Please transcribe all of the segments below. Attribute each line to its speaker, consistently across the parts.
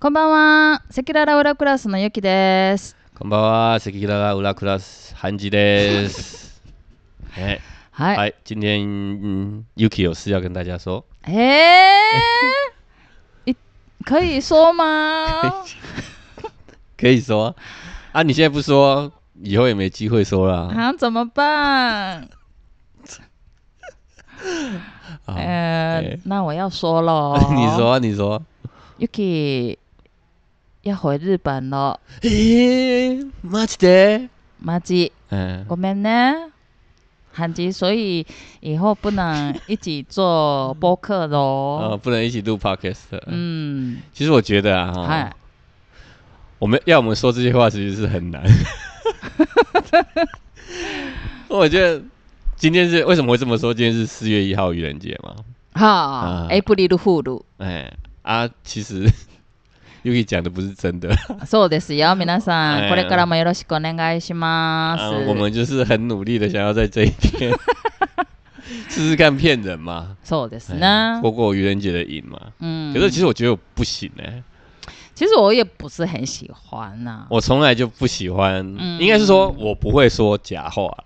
Speaker 1: こんばんは。セキュララウラクラスのゆきです。
Speaker 2: こんばんは、関木田裏クラス韩吉です。哎，
Speaker 1: はい。
Speaker 2: 哎，今天、嗯、Yuki 有事要跟大家说，
Speaker 1: え ー、い可以说 吗？
Speaker 2: 可以说啊啊，你现在不说，以后也没机会说了。
Speaker 1: 啊，怎么办？
Speaker 2: 好
Speaker 1: 呃
Speaker 2: 哎，。
Speaker 1: 那我要说喽
Speaker 2: 你说啊，你说。
Speaker 1: ，Yuki 要回日本了。
Speaker 2: 诶、欸，マジで？
Speaker 1: マジ、
Speaker 2: 嗯，
Speaker 1: ごめんね。韩吉，所以以后不能一起做播客
Speaker 2: 哦，
Speaker 1: 喽。
Speaker 2: 不能一起录 podcast。嗯，
Speaker 1: 嗯，
Speaker 2: 其实我觉得啊，哈
Speaker 1: 嗨，，
Speaker 2: 我们要我们说这些话，其实是很难。 我觉得今天是为什么会这么说？今天是四月一号愚人节嘛。
Speaker 1: 好
Speaker 2: 啊，
Speaker 1: エイプリルフール。
Speaker 2: 哎啊，其实 Yuki 讲的不是真的，
Speaker 1: そうですよ、皆さん。
Speaker 2: えー
Speaker 1: これからもよろしくお願いしま
Speaker 2: 啊、
Speaker 1: す。
Speaker 2: 我们就是很努力的想要在这一天 试试看骗人嘛，
Speaker 1: そうです
Speaker 2: 哎
Speaker 1: ね。
Speaker 2: 过过愚人节的瘾嘛。
Speaker 1: 嗯
Speaker 2: 可是其实我觉得我不行哎、
Speaker 1: 其实我也不是很喜欢呐、
Speaker 2: 我从来就不喜欢，
Speaker 1: 嗯
Speaker 2: 应该是说我不会说假话啦，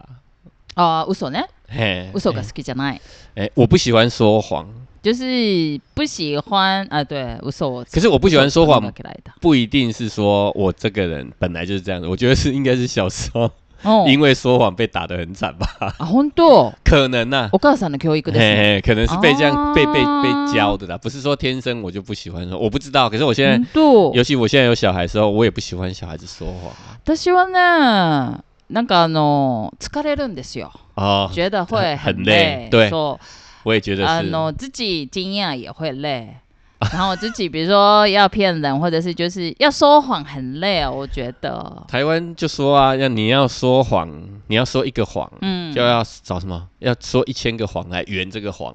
Speaker 1: 啊。哦，嘘ね。
Speaker 2: 嘿，
Speaker 1: 嘘が好きじゃない。
Speaker 2: 哎、我不喜欢说谎，
Speaker 1: 就是不喜欢啊，对，嘘をつ。
Speaker 2: 可是我不喜欢说
Speaker 1: 嘘を
Speaker 2: 谎
Speaker 1: つ。けられた
Speaker 2: 不一定是说我这个人本来就是这样子，我觉得是应该是小时候
Speaker 1: うん
Speaker 2: 因为说谎被打得很惨吧，
Speaker 1: あ、本当。
Speaker 2: 可能呐、
Speaker 1: お母さんの教育ですね。
Speaker 2: 嘿哦嘿，可能是被这样、
Speaker 1: 哦
Speaker 2: 被被被教的啦，不是说天生我就不喜欢说，我不知道。可是我现在，
Speaker 1: 本当
Speaker 2: 尤。其我现在有小孩的时候，我也不喜欢小孩子说谎
Speaker 1: 私はね、なんかあの疲れるんですよ，
Speaker 2: 哦，
Speaker 1: 觉得会
Speaker 2: 很
Speaker 1: 很
Speaker 2: 累
Speaker 1: 累，
Speaker 2: 对
Speaker 1: そう。
Speaker 2: 我也觉得
Speaker 1: 啊
Speaker 2: 是。
Speaker 1: 喏，自己经验也会累，然后自己比如说要骗人，或者是就是要说谎很累哦，我觉得，
Speaker 2: 台湾就说啊，要你要说谎，你要说一个谎，
Speaker 1: 嗯
Speaker 2: 就要找什么？要说一千个谎来圆这个谎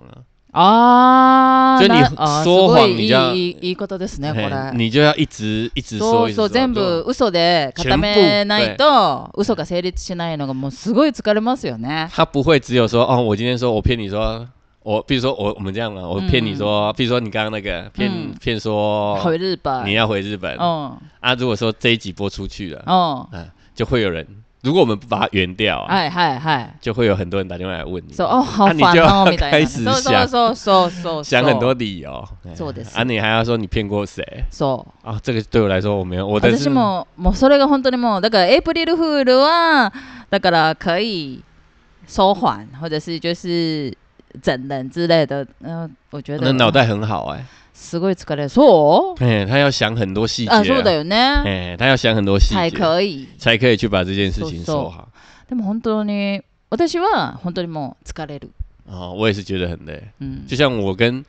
Speaker 2: 啊！
Speaker 1: 啊，
Speaker 2: 就你
Speaker 1: 那啊
Speaker 2: 说
Speaker 1: すご
Speaker 2: 谎
Speaker 1: い
Speaker 2: 你就要
Speaker 1: いいいいことですね、
Speaker 2: 嘿
Speaker 1: これ。
Speaker 2: 你就要一直一直
Speaker 1: そう
Speaker 2: 说，一直
Speaker 1: そう
Speaker 2: 说。
Speaker 1: 全部嘘で固めないと嘘が成立しないのがもうすごい疲れますよね。
Speaker 2: 他不会只有说哦，我今天说我骗你说，我比如说我我们这样嘛，我骗你说，比如说你刚刚那个骗
Speaker 1: 嗯
Speaker 2: 骗说
Speaker 1: 回日本，
Speaker 2: 你要回日本，
Speaker 1: 嗯
Speaker 2: 啊，如果说这一集播出去了，
Speaker 1: 嗯，
Speaker 2: 啊，就会有人，如果我们不把它圆掉、啊，
Speaker 1: はいはいはい。
Speaker 2: 就会有很多人打电话来问你，
Speaker 1: そう、お、好
Speaker 2: 啊、
Speaker 1: 烦
Speaker 2: 你就
Speaker 1: 哎哦
Speaker 2: 要
Speaker 1: みたいな。
Speaker 2: 开始
Speaker 1: そうそう
Speaker 2: 想
Speaker 1: そうそうそう。
Speaker 2: 想很多理由，哎
Speaker 1: そうです
Speaker 2: 啊，你还要说你骗过谁
Speaker 1: そう。
Speaker 2: 啊？这个对我来说我没有，我的
Speaker 1: 私
Speaker 2: 是
Speaker 1: ももうそれが本当にもうだからエイプリルフールはだから可以说谎或者是就是整人之类的，嗯、我觉
Speaker 2: 那
Speaker 1: 得
Speaker 2: 脑袋很好哎、
Speaker 1: すごい疲れる。そう？
Speaker 2: 哎，他要想很多细节、啊
Speaker 1: あ、そうだよね。
Speaker 2: 哎，他要想很多细
Speaker 1: 啊才
Speaker 2: 节，
Speaker 1: 可以。
Speaker 2: 才可以去把这件事
Speaker 1: そ
Speaker 2: 情
Speaker 1: うそう
Speaker 2: 说好。
Speaker 1: でも本当に私は本当にもう疲れる。
Speaker 2: 哦，我也是觉得很累。
Speaker 1: うん。
Speaker 2: 就像我跟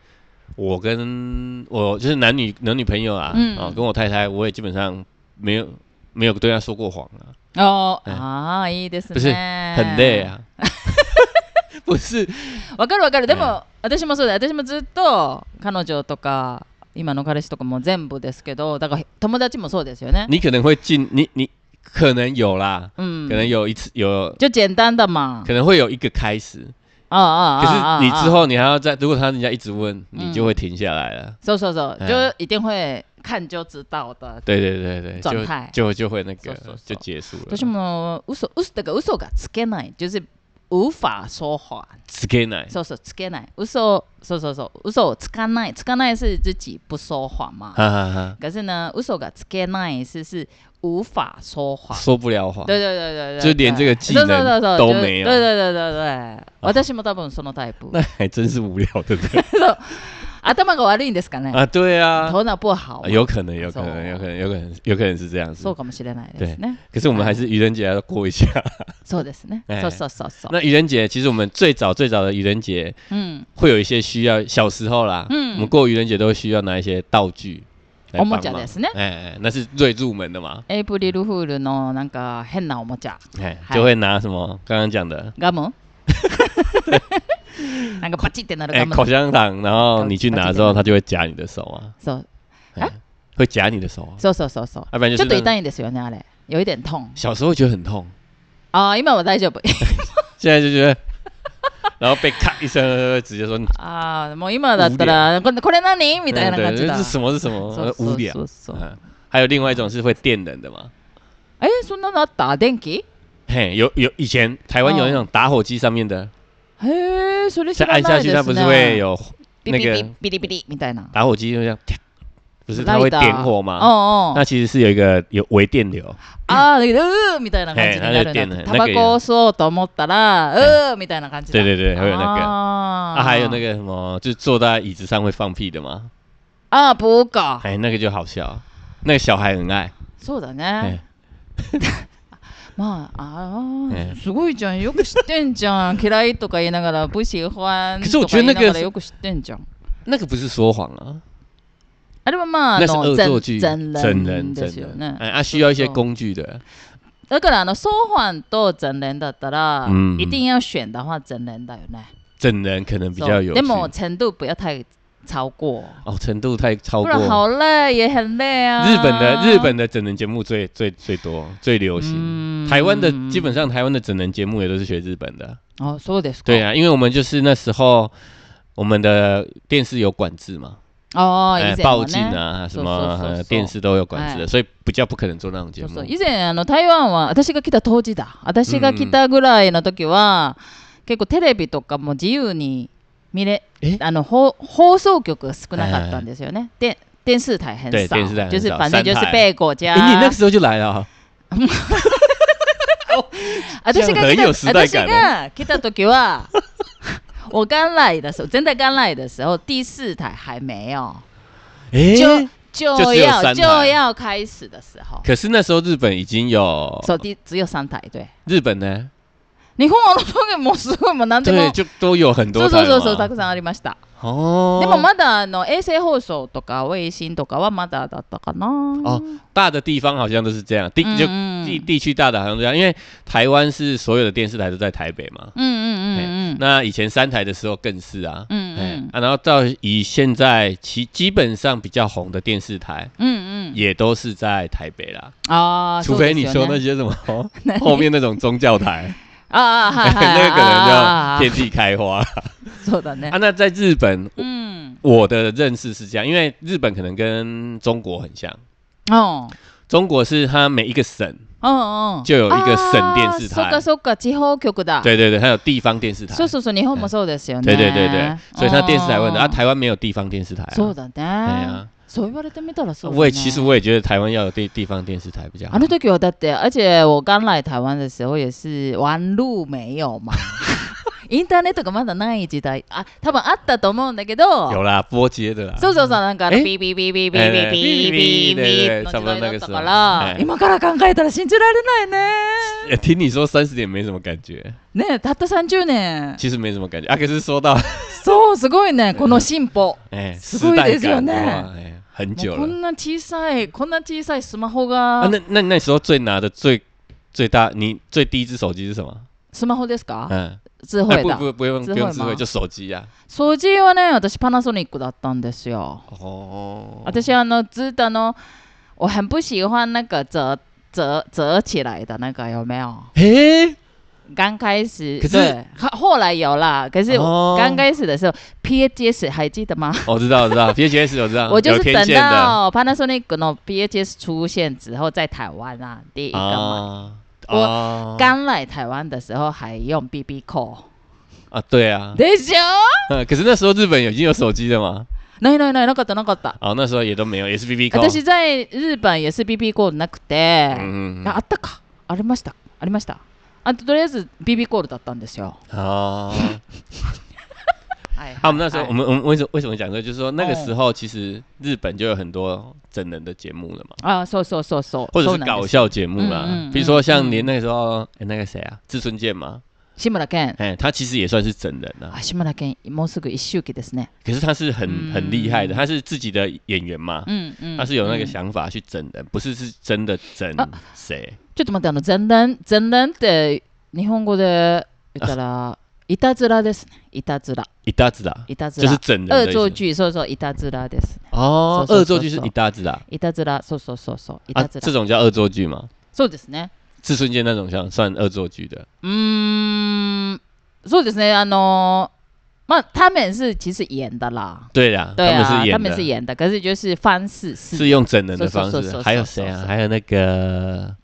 Speaker 2: 我跟我就是男女男女朋友啊，
Speaker 1: 嗯
Speaker 2: 哦，跟我太太，我也基本上没有没有对她说过谎啊，
Speaker 1: あー
Speaker 2: え
Speaker 1: あーいいです
Speaker 2: 不是
Speaker 1: ね。
Speaker 2: 很累。 啊。不是，
Speaker 1: わかるわかる。でも
Speaker 2: え
Speaker 1: 私もそうだよ。私もずっと彼女とか今の彼氏とかも全部ですけど、だから友達もそうですよね。
Speaker 2: 你可能会进你你可能有啦，
Speaker 1: うん。
Speaker 2: 可能有一次有，
Speaker 1: 就简单的嘛。
Speaker 2: 可能会有一个开始，
Speaker 1: 啊啊
Speaker 2: 可
Speaker 1: 啊啊！
Speaker 2: 是你之
Speaker 1: 啊，
Speaker 2: 后你还要再，如果他人家一直问，
Speaker 1: 嗯
Speaker 2: 你就会停下来了。
Speaker 1: 搜搜搜，
Speaker 2: 哎
Speaker 1: 就一定会看就知道的。
Speaker 2: 对对对对，
Speaker 1: 状
Speaker 2: 就
Speaker 1: 态
Speaker 2: 就就会那个
Speaker 1: 嗖嗖嗖
Speaker 2: 就结束了。
Speaker 1: 私も嘘嘘だから嘘がつけない、就是無法说谎。
Speaker 2: 只给奶，
Speaker 1: そうそうつけない。嘘そうそうそう嘘をつかない。つかない是自己不说谎嘛。
Speaker 2: 哈哈哈，
Speaker 1: 可是呢，嘘がつけない是是无法说谎。
Speaker 2: 说不了谎。
Speaker 1: 对对对对对，
Speaker 2: 就连这个技能
Speaker 1: 对对对对
Speaker 2: 都没有
Speaker 1: 对对对对对，私も多分そのタイプ。
Speaker 2: 那还真是无聊，对不对？
Speaker 1: 頭が悪いんですかね。
Speaker 2: 啊，对啊，
Speaker 1: 头脑不好
Speaker 2: 啊。有可能，有
Speaker 1: 走
Speaker 2: 可能，有可能，有可能，有可能是这样子
Speaker 1: そう。かもしれないですね。
Speaker 2: 可是我们还是愚人节要过一下。
Speaker 1: そうですね。
Speaker 2: ええ
Speaker 1: そうそうそうそう。
Speaker 2: 那愚人节，其实我们最早最早的愚人节
Speaker 1: うん。
Speaker 2: 会有一些需要，小时候啦，
Speaker 1: 嗯
Speaker 2: 我们过愚人节都需要拿一些道具来
Speaker 1: お
Speaker 2: 帮忙。
Speaker 1: もちゃですね。
Speaker 2: 哎哎，那是最入门的嘛，
Speaker 1: エイプリルフールのなんか変なおもちゃ。
Speaker 2: 哎，
Speaker 1: 嗨
Speaker 2: 就会拿什么刚刚讲的，
Speaker 1: ガ ムなんかパチってなる
Speaker 2: 哎，
Speaker 1: ガム
Speaker 2: 口
Speaker 1: の。
Speaker 2: 香糖，然后你去拿之
Speaker 1: 搞
Speaker 2: 后，
Speaker 1: 搞
Speaker 2: 它就会夹你的手啊，
Speaker 1: そう
Speaker 2: 会夹你的手啊，
Speaker 1: そうそうそうそう。
Speaker 2: 要不然就
Speaker 1: ちょ
Speaker 2: 是
Speaker 1: っと
Speaker 2: 那
Speaker 1: 痛
Speaker 2: 种
Speaker 1: いんですよね、あれ。有一点痛。
Speaker 2: 小时候觉得很痛，
Speaker 1: ああ、今は大丈夫。
Speaker 2: 现在就觉得然后被咔一声，直接说
Speaker 1: あーもう今だったら、これこれ何みたいな
Speaker 2: 嗯
Speaker 1: 感じ
Speaker 2: 对
Speaker 1: だ。
Speaker 2: 这是什么是什
Speaker 1: そう
Speaker 2: 么，
Speaker 1: そう
Speaker 2: 无聊
Speaker 1: そ。うそう
Speaker 2: 嗯，还有另外一种是会电人的嘛，
Speaker 1: えそんなのあった電気
Speaker 2: 嘿，有有以前台湾有那种打火机上面的，
Speaker 1: へえ、それ知
Speaker 2: 再
Speaker 1: ら
Speaker 2: 按
Speaker 1: な
Speaker 2: 下
Speaker 1: い
Speaker 2: 哦去
Speaker 1: で
Speaker 2: 它
Speaker 1: す
Speaker 2: 不
Speaker 1: ね。
Speaker 2: 是会有
Speaker 1: ビ
Speaker 2: 那
Speaker 1: リビ
Speaker 2: 个
Speaker 1: リビリビリみたいな。
Speaker 2: 打火机就这样，啪不是它
Speaker 1: Lighter
Speaker 2: 会点火嘛？
Speaker 1: うんうん
Speaker 2: 那其实是有一个有微电流，
Speaker 1: あー、うーみたいな感じにな
Speaker 2: はい
Speaker 1: るん
Speaker 2: な
Speaker 1: だ。
Speaker 2: る
Speaker 1: タバコを吸おうと思ったら、うーみたいな感じだ。
Speaker 2: 对对对，会有那个。
Speaker 1: あ
Speaker 2: 啊，还有那
Speaker 1: 个
Speaker 2: 个什么，就是坐在椅子上会放屁的嘛，
Speaker 1: あー、不可。
Speaker 2: 哎，那个就好笑，那个小孩很爱，
Speaker 1: そうだね。，
Speaker 2: 哎
Speaker 1: まあ、あ
Speaker 2: え
Speaker 1: ーすごいじゃん。よく知ってんじゃ ん。嫌いとか言いながら、不喜欢
Speaker 2: 可是
Speaker 1: と
Speaker 2: 我
Speaker 1: か
Speaker 2: 觉得
Speaker 1: 言いなが
Speaker 2: 那个
Speaker 1: らよく知ってんじゃん。
Speaker 2: 那个不是说谎啊，
Speaker 1: あれはまあ、あ
Speaker 2: 那是
Speaker 1: の
Speaker 2: 恶作剧，
Speaker 1: 全人
Speaker 2: 真人
Speaker 1: で
Speaker 2: 真
Speaker 1: すよ
Speaker 2: 人
Speaker 1: ね，。
Speaker 2: 哎，啊，需要一些工具的，
Speaker 1: だからあの双环と真人だったら、
Speaker 2: うん
Speaker 1: 一定要选的话真人だよね。
Speaker 2: 真人可能比较
Speaker 1: So，
Speaker 2: 有
Speaker 1: で
Speaker 2: 趣。
Speaker 1: も程度不要太超过，
Speaker 2: 哦，程度太超
Speaker 1: 不
Speaker 2: 过。
Speaker 1: 然好累也很累啊。
Speaker 2: 日本的日本的整人节目最最最多最流行，
Speaker 1: 嗯
Speaker 2: 台湾的基本上台湾的整人节目也都是学日本的。
Speaker 1: 哦，そうですか。
Speaker 2: 对啊，因为我们就是那时候我们的电视有管制嘛，
Speaker 1: 哦，
Speaker 2: 哎
Speaker 1: 以前
Speaker 2: 报
Speaker 1: は
Speaker 2: 禁
Speaker 1: ね。
Speaker 2: 啊什
Speaker 1: 嗖
Speaker 2: 么
Speaker 1: 嗖嗖
Speaker 2: 呃
Speaker 1: 嗖
Speaker 2: 电视都有管制
Speaker 1: 哎
Speaker 2: 的，所以比较不可能做那种节
Speaker 1: そう
Speaker 2: 目
Speaker 1: そう。以前あの台湾は私が来た当時だ私が来たぐらいの時は、結構テレビとかも自由に見れ
Speaker 2: え
Speaker 1: あの放放送局が少なかったんですよね。で電视台很
Speaker 2: 对
Speaker 1: 少，
Speaker 2: 电视台很
Speaker 1: 就是
Speaker 2: 少
Speaker 1: 反正就
Speaker 2: 三
Speaker 1: 是
Speaker 2: 台
Speaker 1: 被国家。
Speaker 2: 哎，你那个时候就来了哦，
Speaker 1: 私が来
Speaker 2: 这样很有
Speaker 1: た
Speaker 2: 时代
Speaker 1: 私
Speaker 2: 感
Speaker 1: が来た時は 我刚来的时候，真的刚来的时候，第四台还没有，就
Speaker 2: 哎，
Speaker 1: 就
Speaker 2: 就只有
Speaker 1: 要
Speaker 2: 三台
Speaker 1: 就要开始的时候，
Speaker 2: 可是那时候日本已经有
Speaker 1: 手机只有三台。对，
Speaker 2: 日本呢，
Speaker 1: 日本はのもすごいもう何で も。
Speaker 2: 对，就都有很
Speaker 1: そ
Speaker 2: 多
Speaker 1: うそう
Speaker 2: 台
Speaker 1: そうそうた
Speaker 2: 嘛
Speaker 1: くさんありました。
Speaker 2: 哦，
Speaker 1: でもまだあの衛星放送とか衛星とかはまだだったかな。
Speaker 2: 哦大的地方好像都是这样，地就
Speaker 1: 嗯
Speaker 2: 地地区大的好像这样，因为台湾是所有的电视台都在台北嘛。
Speaker 1: うんうんうん
Speaker 2: 那以前三台的时候更是啊，
Speaker 1: うん
Speaker 2: 哎、
Speaker 1: うん
Speaker 2: 啊，然后到以现在其基本上比较红的电视台、
Speaker 1: うんうん。
Speaker 2: 也都是在台北啦，
Speaker 1: ああ、
Speaker 2: 除非你说那些什么哦后面那种宗教台，
Speaker 1: ああ、はいはいはい
Speaker 2: 那个可能
Speaker 1: あ
Speaker 2: 叫
Speaker 1: あ
Speaker 2: 遍地开花啊。
Speaker 1: そうだね。
Speaker 2: 那在日本，
Speaker 1: うん。
Speaker 2: 我的认识是这样，因为日本可能跟中国很像，
Speaker 1: うん。
Speaker 2: 中国是它每一个省
Speaker 1: うんうん。
Speaker 2: 就有一个省电
Speaker 1: あーそっ
Speaker 2: 视台
Speaker 1: か。そっか、地方局だ。
Speaker 2: 对对对，还有地方电视台。
Speaker 1: そうそうそう、日本もそうですよね。
Speaker 2: 对对对
Speaker 1: 哦
Speaker 2: 对，所以他电视台问的啊，
Speaker 1: うん
Speaker 2: 台湾没有地方电视台、啊。
Speaker 1: そうだ
Speaker 2: 哎
Speaker 1: ね。
Speaker 2: 呀，
Speaker 1: そう言われてみたらそうだね。
Speaker 2: 我也其实我也觉得台湾要有地地方电视台比较好
Speaker 1: あ。の時はだって、而且我刚来台湾的时候也是玩路没有嘛。インターネットがまだない時代、あ、多分あったと思うんだけど、
Speaker 2: 有啦，波接的啦。
Speaker 1: そうそうそう、なんかあの
Speaker 2: え
Speaker 1: ビービービービービービー
Speaker 2: え
Speaker 1: ビービービービーの
Speaker 2: ええ
Speaker 1: 時代だったか
Speaker 2: え
Speaker 1: ら
Speaker 2: え、ええ
Speaker 1: 今から考えたら信じられないね。
Speaker 2: 哎听你说三十年没什么感觉，
Speaker 1: ねえたった30年。
Speaker 2: 其实没什么感觉啊。可是说到
Speaker 1: そう、すごいね、この進歩。
Speaker 2: 哎，
Speaker 1: す
Speaker 2: 时
Speaker 1: ごい
Speaker 2: 代
Speaker 1: ですよ
Speaker 2: 感
Speaker 1: ね
Speaker 2: 的话，哎，
Speaker 1: も
Speaker 2: 很久
Speaker 1: うこ
Speaker 2: 了
Speaker 1: んな小さい、こんな小さいスマホ
Speaker 2: 啊。
Speaker 1: が、
Speaker 2: 那那那时候最拿的最最大，你最第一只手机是什么？
Speaker 1: スマホですか
Speaker 2: 嗯，
Speaker 1: 啊智
Speaker 2: 哎
Speaker 1: 慧
Speaker 2: 不
Speaker 1: だ。
Speaker 2: 不不用
Speaker 1: 智
Speaker 2: 不
Speaker 1: 慧
Speaker 2: 用智
Speaker 1: 吗
Speaker 2: 慧，就手机啊。
Speaker 1: 掃除はね、私パナソニックだったんですよ。
Speaker 2: 哦，
Speaker 1: 私あのずっとあの我很不喜欢那个折折折起来的那个有没有？
Speaker 2: 哎，
Speaker 1: 刚开始
Speaker 2: 可是
Speaker 1: 对后后来有啦，可是
Speaker 2: 哦
Speaker 1: 刚开始的时候、PHS 还记得吗？
Speaker 2: 我哦知道我知道，PHS 我知道，
Speaker 1: 我就
Speaker 2: 有
Speaker 1: 是
Speaker 2: 天
Speaker 1: 等
Speaker 2: 线的。
Speaker 1: 到 Panasonic 的 PHS 出现之后，在台湾啊第一个嘛，
Speaker 2: 啊，
Speaker 1: 我
Speaker 2: 我
Speaker 1: 刚来台湾的时候还用 BB call，
Speaker 2: 啊，对啊，
Speaker 1: でしょ？
Speaker 2: 嗯可是那时候日本已经有手机了嘛，
Speaker 1: ないないないなかったなかった。
Speaker 2: 哦，那时候也都没有，也是 B B
Speaker 1: 私在日本也是 BB call なくて。
Speaker 2: 嗯
Speaker 1: ああったかありましたありましたあととりあえず BB コールだったんですよ。
Speaker 2: 啊，
Speaker 1: はい
Speaker 2: 他们那时候
Speaker 1: はい
Speaker 2: 我们我们为什么为什么讲这个，就是说那个时候其实日本就有很多整人的节目了嘛，
Speaker 1: あそうそうそうそう。
Speaker 2: 或者
Speaker 1: そうな
Speaker 2: 是
Speaker 1: んです
Speaker 2: 搞笑节目
Speaker 1: 嗯嗯
Speaker 2: 啦
Speaker 1: 嗯，
Speaker 2: 比如说像连那个时候哎那个谁啊，志村健嘛，
Speaker 1: 志村けん。
Speaker 2: 哎，他其实也算是整人啊，
Speaker 1: あ志村けん、もうすぐ一周期ですね。
Speaker 2: 可是他是很很厉害的，
Speaker 1: 哎嗯
Speaker 2: 他是自己的演员嘛
Speaker 1: う。んうん。
Speaker 2: 他是有那个
Speaker 1: うん
Speaker 2: 想法去整人，不是是真的整
Speaker 1: 啊
Speaker 2: 谁
Speaker 1: ちょっと待って、あの、全然、全然って日本語で言ったら、いたずらですね。いたずら。
Speaker 2: 一大子啊，
Speaker 1: いたず
Speaker 2: 就是
Speaker 1: ら。
Speaker 2: 整人的
Speaker 1: 恶
Speaker 2: 意思
Speaker 1: 作。剧、そうそう、いたずらですね。
Speaker 2: 哦，
Speaker 1: 搜搜
Speaker 2: 恶作剧
Speaker 1: 搜
Speaker 2: 是
Speaker 1: 搜
Speaker 2: 一大子啊，
Speaker 1: いたずら、そうそうそうそう。い
Speaker 2: 啊，
Speaker 1: たず
Speaker 2: 这
Speaker 1: ら。
Speaker 2: 种叫恶作剧吗？
Speaker 1: そうですね。
Speaker 2: 志村健那种像算恶作剧的
Speaker 1: うーん。そうですね。あのまあ他们是其实演的啦，
Speaker 2: 对呀，
Speaker 1: 对
Speaker 2: 们
Speaker 1: 啊，
Speaker 2: 是
Speaker 1: 他
Speaker 2: 演
Speaker 1: 们
Speaker 2: 的，
Speaker 1: 是演的，可是就是方式是
Speaker 2: 是用整人的
Speaker 1: 是
Speaker 2: 方
Speaker 1: 是是
Speaker 2: 式。
Speaker 1: 是
Speaker 2: 还有
Speaker 1: 是
Speaker 2: 谁
Speaker 1: 是
Speaker 2: 啊？
Speaker 1: 是
Speaker 2: 还有那个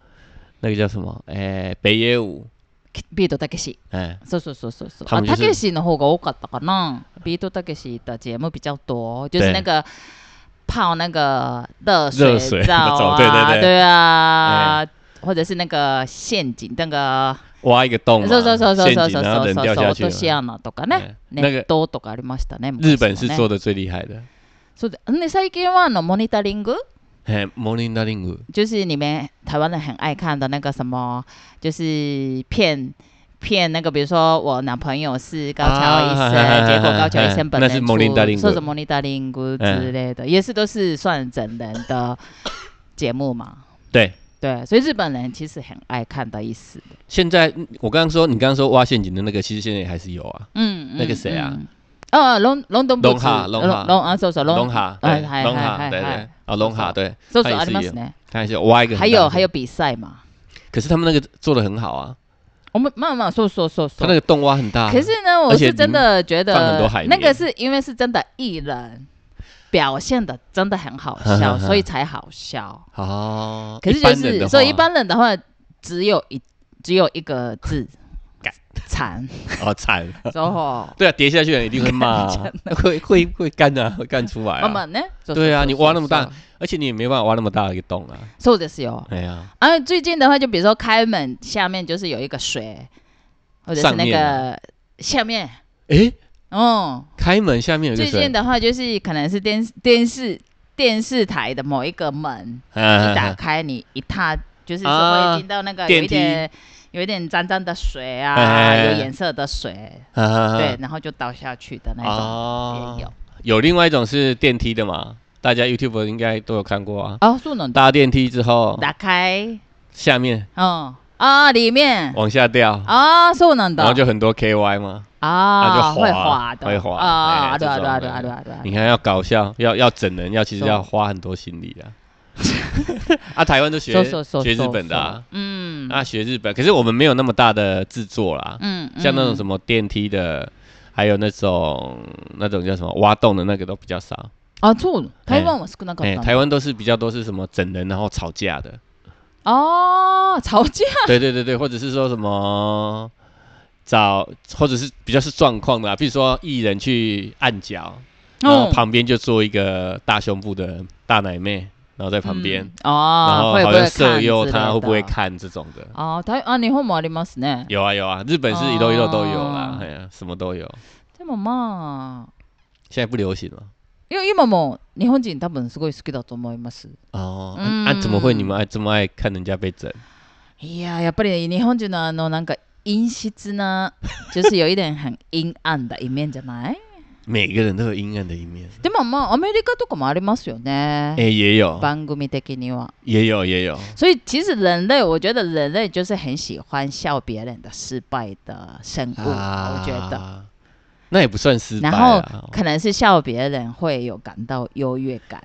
Speaker 2: 那个叫什么？哎，北野武，
Speaker 1: ビートたけし。
Speaker 2: 哎，
Speaker 1: そうそうそうそうそう。
Speaker 2: 他
Speaker 1: 啊，
Speaker 2: 们就
Speaker 1: た
Speaker 2: 是
Speaker 1: けしの方が多かったかな。ビートたけし的节目比较多，就是
Speaker 2: 对
Speaker 1: 那个泡那个热
Speaker 2: 热
Speaker 1: 水
Speaker 2: 水
Speaker 1: 澡
Speaker 2: 那种
Speaker 1: 啊，
Speaker 2: 对对对
Speaker 1: 啊，或者是那个陷阱，那个
Speaker 2: 挖一个洞嘛，
Speaker 1: そうそうそうそう
Speaker 2: 陷
Speaker 1: そうそう
Speaker 2: 阱，然后人掉
Speaker 1: そう
Speaker 2: 下
Speaker 1: 落
Speaker 2: 去
Speaker 1: と
Speaker 2: 嘛。
Speaker 1: し穴とかね、
Speaker 2: ええなん
Speaker 1: 熱湯とかありましたね。
Speaker 2: 日本是
Speaker 1: 昔はね
Speaker 2: 做的最厉害的，
Speaker 1: そうで、で最近はあのモニタリング。
Speaker 2: 哎，morning d a r l i n g
Speaker 1: 就是你们台湾人很爱看的那个什么，就是骗骗那个，比如说我男朋友是高桥医生，
Speaker 2: 啊
Speaker 1: 结果高桥医生本人
Speaker 2: 那是嗯
Speaker 1: 出
Speaker 2: 蒙林达林谷
Speaker 1: 说什么尼达林姑之类的，也是都是算整人的节目嘛。
Speaker 2: 对。
Speaker 1: 对，所以日本人其实很爱看的意思。
Speaker 2: 现在嗯我刚刚说，你刚刚说挖陷阱的那个，其实现在也还是有啊。
Speaker 1: 嗯，
Speaker 2: 那个谁啊
Speaker 1: 嗯？哦，龙龙东
Speaker 2: 龙哈龙哈
Speaker 1: 龙啊，そうそう
Speaker 2: 龙
Speaker 1: 龙，
Speaker 2: 哈，
Speaker 1: 哎
Speaker 2: 对
Speaker 1: 嗨
Speaker 2: 龙
Speaker 1: 嗨
Speaker 2: 哈，
Speaker 1: 嗨
Speaker 2: 对
Speaker 1: 嗨
Speaker 2: 对，啊，龙哈，对，
Speaker 1: そうそう
Speaker 2: 他也
Speaker 1: あ
Speaker 2: 是
Speaker 1: りますね。
Speaker 2: 看一下挖一个很大
Speaker 1: 还啊
Speaker 2: 的
Speaker 1: 有
Speaker 2: 洞
Speaker 1: 还有，比赛嘛？
Speaker 2: 可是他们那个做的很好啊，
Speaker 1: 我们慢慢说说说
Speaker 2: 他
Speaker 1: 说
Speaker 2: 那。个洞挖很大，啊
Speaker 1: 可是呢，我
Speaker 2: 而且
Speaker 1: 是真的觉
Speaker 2: 里面放很多
Speaker 1: 得
Speaker 2: 海绵
Speaker 1: 那个是因为是真的艺人表现的真的很好笑，所以才好笑。
Speaker 2: 哦，
Speaker 1: 可是
Speaker 2: 一
Speaker 1: 就
Speaker 2: 般人的
Speaker 1: 是
Speaker 2: 话
Speaker 1: 所以一般人的话，只有一只有一个字
Speaker 2: 干，
Speaker 1: 惨。
Speaker 2: 哦惨，
Speaker 1: 然后
Speaker 2: 对啊，跌下去的人一定会骂 啊，会会会干啊，会干出来
Speaker 1: 慢
Speaker 2: 啊，
Speaker 1: 慢哦呢，
Speaker 2: 对啊你挖那么大
Speaker 1: そうそうそう
Speaker 2: 而且你也没办法挖那么大的一个洞啊，
Speaker 1: そうですよ。
Speaker 2: 哎呀，
Speaker 1: 啊，最近的话，就比如说开门下面就是有一个水，或者是
Speaker 2: 上
Speaker 1: 那
Speaker 2: 面
Speaker 1: 个下面，
Speaker 2: 诶，
Speaker 1: 嗯。
Speaker 2: 哎开门下面有一个
Speaker 1: 最
Speaker 2: 水
Speaker 1: 近，的话，就是可能是电视电视电视台的某一个门，一打
Speaker 2: 啊，
Speaker 1: 开你一踏，就是说
Speaker 2: 啊
Speaker 1: 会进到那个有
Speaker 2: Uh-huh. 电
Speaker 1: 一
Speaker 2: 梯 Uh-huh。
Speaker 1: 点、有一点脏脏的水啊，
Speaker 2: 哎哎哎
Speaker 1: 有颜色的水，对，然后就倒下去的那种、
Speaker 2: Uh-huh。啊哦
Speaker 1: 也有。
Speaker 2: 有另外一种是电梯的嘛，大家 YouTube 应该都有看过啊。
Speaker 1: 哦，速冷
Speaker 2: 搭电梯之后，
Speaker 1: 打开，
Speaker 2: 下面
Speaker 1: 嗯啊，里面
Speaker 2: 往下掉，
Speaker 1: 啊，速冷
Speaker 2: 然后
Speaker 1: 的
Speaker 2: 就很多 KY 嘛。
Speaker 1: 啊，
Speaker 2: 那就滑
Speaker 1: 会滑的，
Speaker 2: 会滑
Speaker 1: 啊，
Speaker 2: 哎
Speaker 1: 对啊，
Speaker 2: 这
Speaker 1: 对啊，对
Speaker 2: 种
Speaker 1: 啊，
Speaker 2: 的
Speaker 1: 对啊，对啊，
Speaker 2: 你看要搞笑，要要整人，要其实
Speaker 1: 是
Speaker 2: 要花很多心力的。 啊，台湾都学
Speaker 1: 说说说
Speaker 2: 学日
Speaker 1: 说
Speaker 2: 本的啊，
Speaker 1: 嗯
Speaker 2: 啊学日本，可是我们没有那么大的制作啦，
Speaker 1: 嗯，
Speaker 2: 像那种
Speaker 1: 么
Speaker 2: 什么电梯的，还有那种那种叫什么挖洞的那个都比较少。
Speaker 1: 啊，そう台
Speaker 2: 哎
Speaker 1: 湾は少なか
Speaker 2: 哎，
Speaker 1: った
Speaker 2: 台
Speaker 1: の
Speaker 2: 湾都是比较多是什么整人然后吵架 的，
Speaker 1: 哦，吵架
Speaker 2: 对对对对，或者是说什么找，或者是比较是状况的啊，比如说艺人去按脚，然后
Speaker 1: 哦，
Speaker 2: 旁边就坐一个大胸部的大奶妹，然后在旁边，
Speaker 1: 嗯
Speaker 2: 然后
Speaker 1: 哦，会不
Speaker 2: 好
Speaker 1: 会
Speaker 2: 像
Speaker 1: 看
Speaker 2: 色诱
Speaker 1: 之
Speaker 2: 她
Speaker 1: 类
Speaker 2: 会不会
Speaker 1: 的
Speaker 2: 看这种的。
Speaker 1: 哦，台あ日本もありますね。
Speaker 2: 有啊有啊，日本是一漏一漏都有
Speaker 1: 哦，
Speaker 2: 啦哎呀、什么都有。
Speaker 1: でもまあ、
Speaker 2: 现在不流行了
Speaker 1: いや今も日本人多分すごい好きだと思います。
Speaker 2: 哦，啊
Speaker 1: 嗯
Speaker 2: 啊怎么会你们爱这么爱看人家被整？
Speaker 1: いややっぱり日本人のあのなんか陰湿な、就是有一点 很陰暗的一面じゃない？
Speaker 2: 每个人都有阴暗的一面，
Speaker 1: でもまあアメリカとかもありますよ
Speaker 2: 哎、
Speaker 1: ね。
Speaker 2: 也有
Speaker 1: 番組的には。
Speaker 2: 也有也有，
Speaker 1: 所以其实人类，我觉得人类就是很喜欢笑别人的失败的生物，啊我觉得。
Speaker 2: 得那也不算失败
Speaker 1: 然后
Speaker 2: 啊。
Speaker 1: 可能是笑别人会有感到优越感。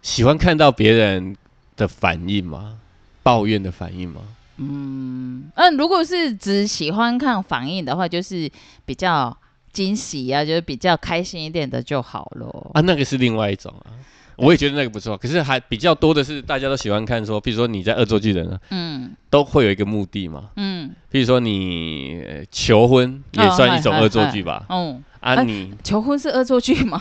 Speaker 2: 喜欢看到别人的反应吗？抱怨的反应吗？
Speaker 1: 嗯，嗯，如果是只喜欢看反应的话，就是比较惊喜啊，就是比较开心一点的就好咯。
Speaker 2: 啊，那个是另外一种啊。我也觉得那个不错，可是还比较多的是大家都喜欢看说，比如说你在恶作剧人啊，
Speaker 1: 嗯
Speaker 2: 都会有一个目的嘛。
Speaker 1: 嗯
Speaker 2: 比如说你、呃求婚
Speaker 1: 哦
Speaker 2: 也算一种恶作剧吧。
Speaker 1: 嗯，
Speaker 2: 啊
Speaker 1: 嗨
Speaker 2: 你，
Speaker 1: 求婚是恶作剧 吗？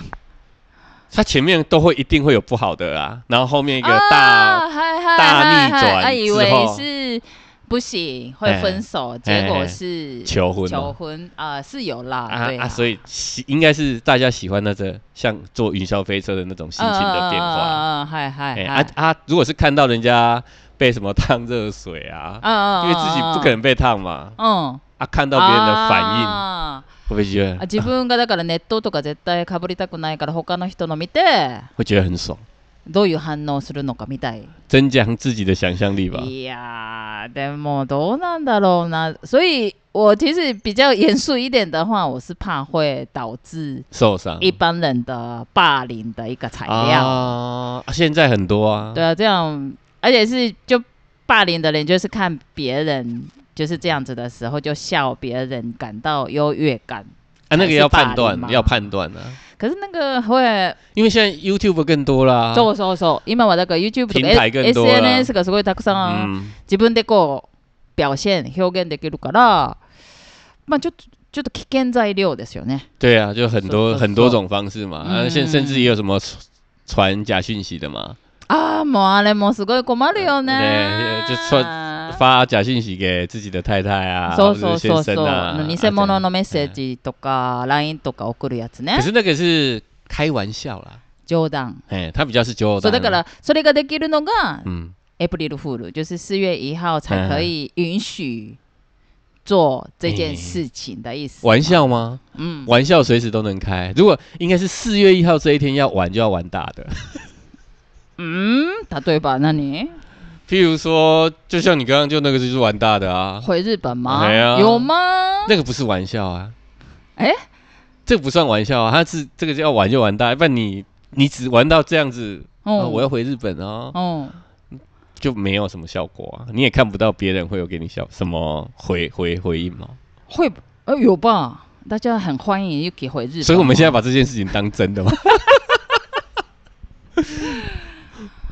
Speaker 2: 他前面都会一定会有不好的啊，然后后面一
Speaker 1: 一
Speaker 2: 个大、大逆转
Speaker 1: 啊，以
Speaker 2: 之
Speaker 1: 为
Speaker 2: 后
Speaker 1: 是不行会
Speaker 2: 哎
Speaker 1: 分手，结果是
Speaker 2: 求婚嘛、
Speaker 1: 求婚啊，是有啦，
Speaker 2: 啊
Speaker 1: 对
Speaker 2: 啊，所
Speaker 1: 以
Speaker 2: 以喜应该是大家喜欢那个像坐云霄飞车的那种心情的变化。
Speaker 1: 嗯嗯嗯，嗨嗨
Speaker 2: 哎、
Speaker 1: 嗨，
Speaker 2: 啊啊！如果是看到人家被什么烫热水啊，
Speaker 1: 啊
Speaker 2: 因为自己不可能被烫嘛，
Speaker 1: 嗯
Speaker 2: 啊，看到别人的反应，
Speaker 1: 啊
Speaker 2: 会不会觉得
Speaker 1: あ自分がだから熱湯とか絶対かぶりたくないから他の人の見て
Speaker 2: 会觉得很爽？
Speaker 1: どういう反応するのかみたい。
Speaker 2: 增强自己的想象力吧。
Speaker 1: いやーでもどうなんだろうな。所以我其实比较严肃一点的话，我是怕会导致
Speaker 2: 受伤
Speaker 1: 一般人的霸凌的一个材料。
Speaker 2: 啊，现在很多啊，
Speaker 1: 对啊，这样而且是就霸凌的人就是看别人就是这样子的时候，就笑别人感到优越感。
Speaker 2: 啊，那个
Speaker 1: 是
Speaker 2: 要
Speaker 1: 霸
Speaker 2: 判
Speaker 1: 凌吗
Speaker 2: 断，要判断啊，
Speaker 1: 可是那个会
Speaker 2: 因为现在 YouTube 更多啦，
Speaker 1: そうそうそう。今はだから YouTube とか
Speaker 2: 平台更多啦
Speaker 1: SNS がすごいたくさん
Speaker 2: 嗯，
Speaker 1: 自分でこう表現表現できるから、まあちょっとちょっと危険材料ですよね。
Speaker 2: 对啊，就很
Speaker 1: 是
Speaker 2: 多
Speaker 1: 是
Speaker 2: 很多种方式嘛，啊，
Speaker 1: 嗯
Speaker 2: 现甚至也有什么传传假讯息的嘛，
Speaker 1: ああもうあれもすごい困るよね
Speaker 2: ね。ちょそう
Speaker 1: 嗯
Speaker 2: 发假讯息给自己的太太啊，
Speaker 1: そうそう
Speaker 2: 或者是
Speaker 1: そうそ
Speaker 2: 先生啊，
Speaker 1: う。
Speaker 2: 啊
Speaker 1: 偽物のメッセ。
Speaker 2: 这
Speaker 1: ージ
Speaker 2: 样
Speaker 1: とか LINE とか送るやつ
Speaker 2: 嗯
Speaker 1: ね
Speaker 2: 可。是那个是开玩笑啦，
Speaker 1: 冗談。
Speaker 2: 哎，他比较是纠
Speaker 1: そう
Speaker 2: 正，
Speaker 1: だからそれができるのが
Speaker 2: 嗯，
Speaker 1: エプリルフール，就是四月一号才可以允许做这件事情的意思。
Speaker 2: 玩笑吗？
Speaker 1: 嗯，
Speaker 2: 玩笑随时都能开，如果应该是四月一号这一天要玩就要玩大的，
Speaker 1: 嗯，答对吧？那你
Speaker 2: 譬如说，就像你刚刚就那个就是玩大的啊，
Speaker 1: 回日本吗？
Speaker 2: 哎呀
Speaker 1: 有 吗？
Speaker 2: 那个不是玩笑啊，
Speaker 1: 哎
Speaker 2: 这不算玩笑啊，他是这个要玩就玩大，不然你你只玩到这样子，啊
Speaker 1: 哦，
Speaker 2: 我要回日本哦，
Speaker 1: 哦，
Speaker 2: 就没有什么效果啊，你也看不到别人会有给你效什么回回回应嘛，
Speaker 1: 会呃有吧？大家很欢迎 Yuki 回日本，
Speaker 2: 所以我们现在把这件事情当 真的嘛。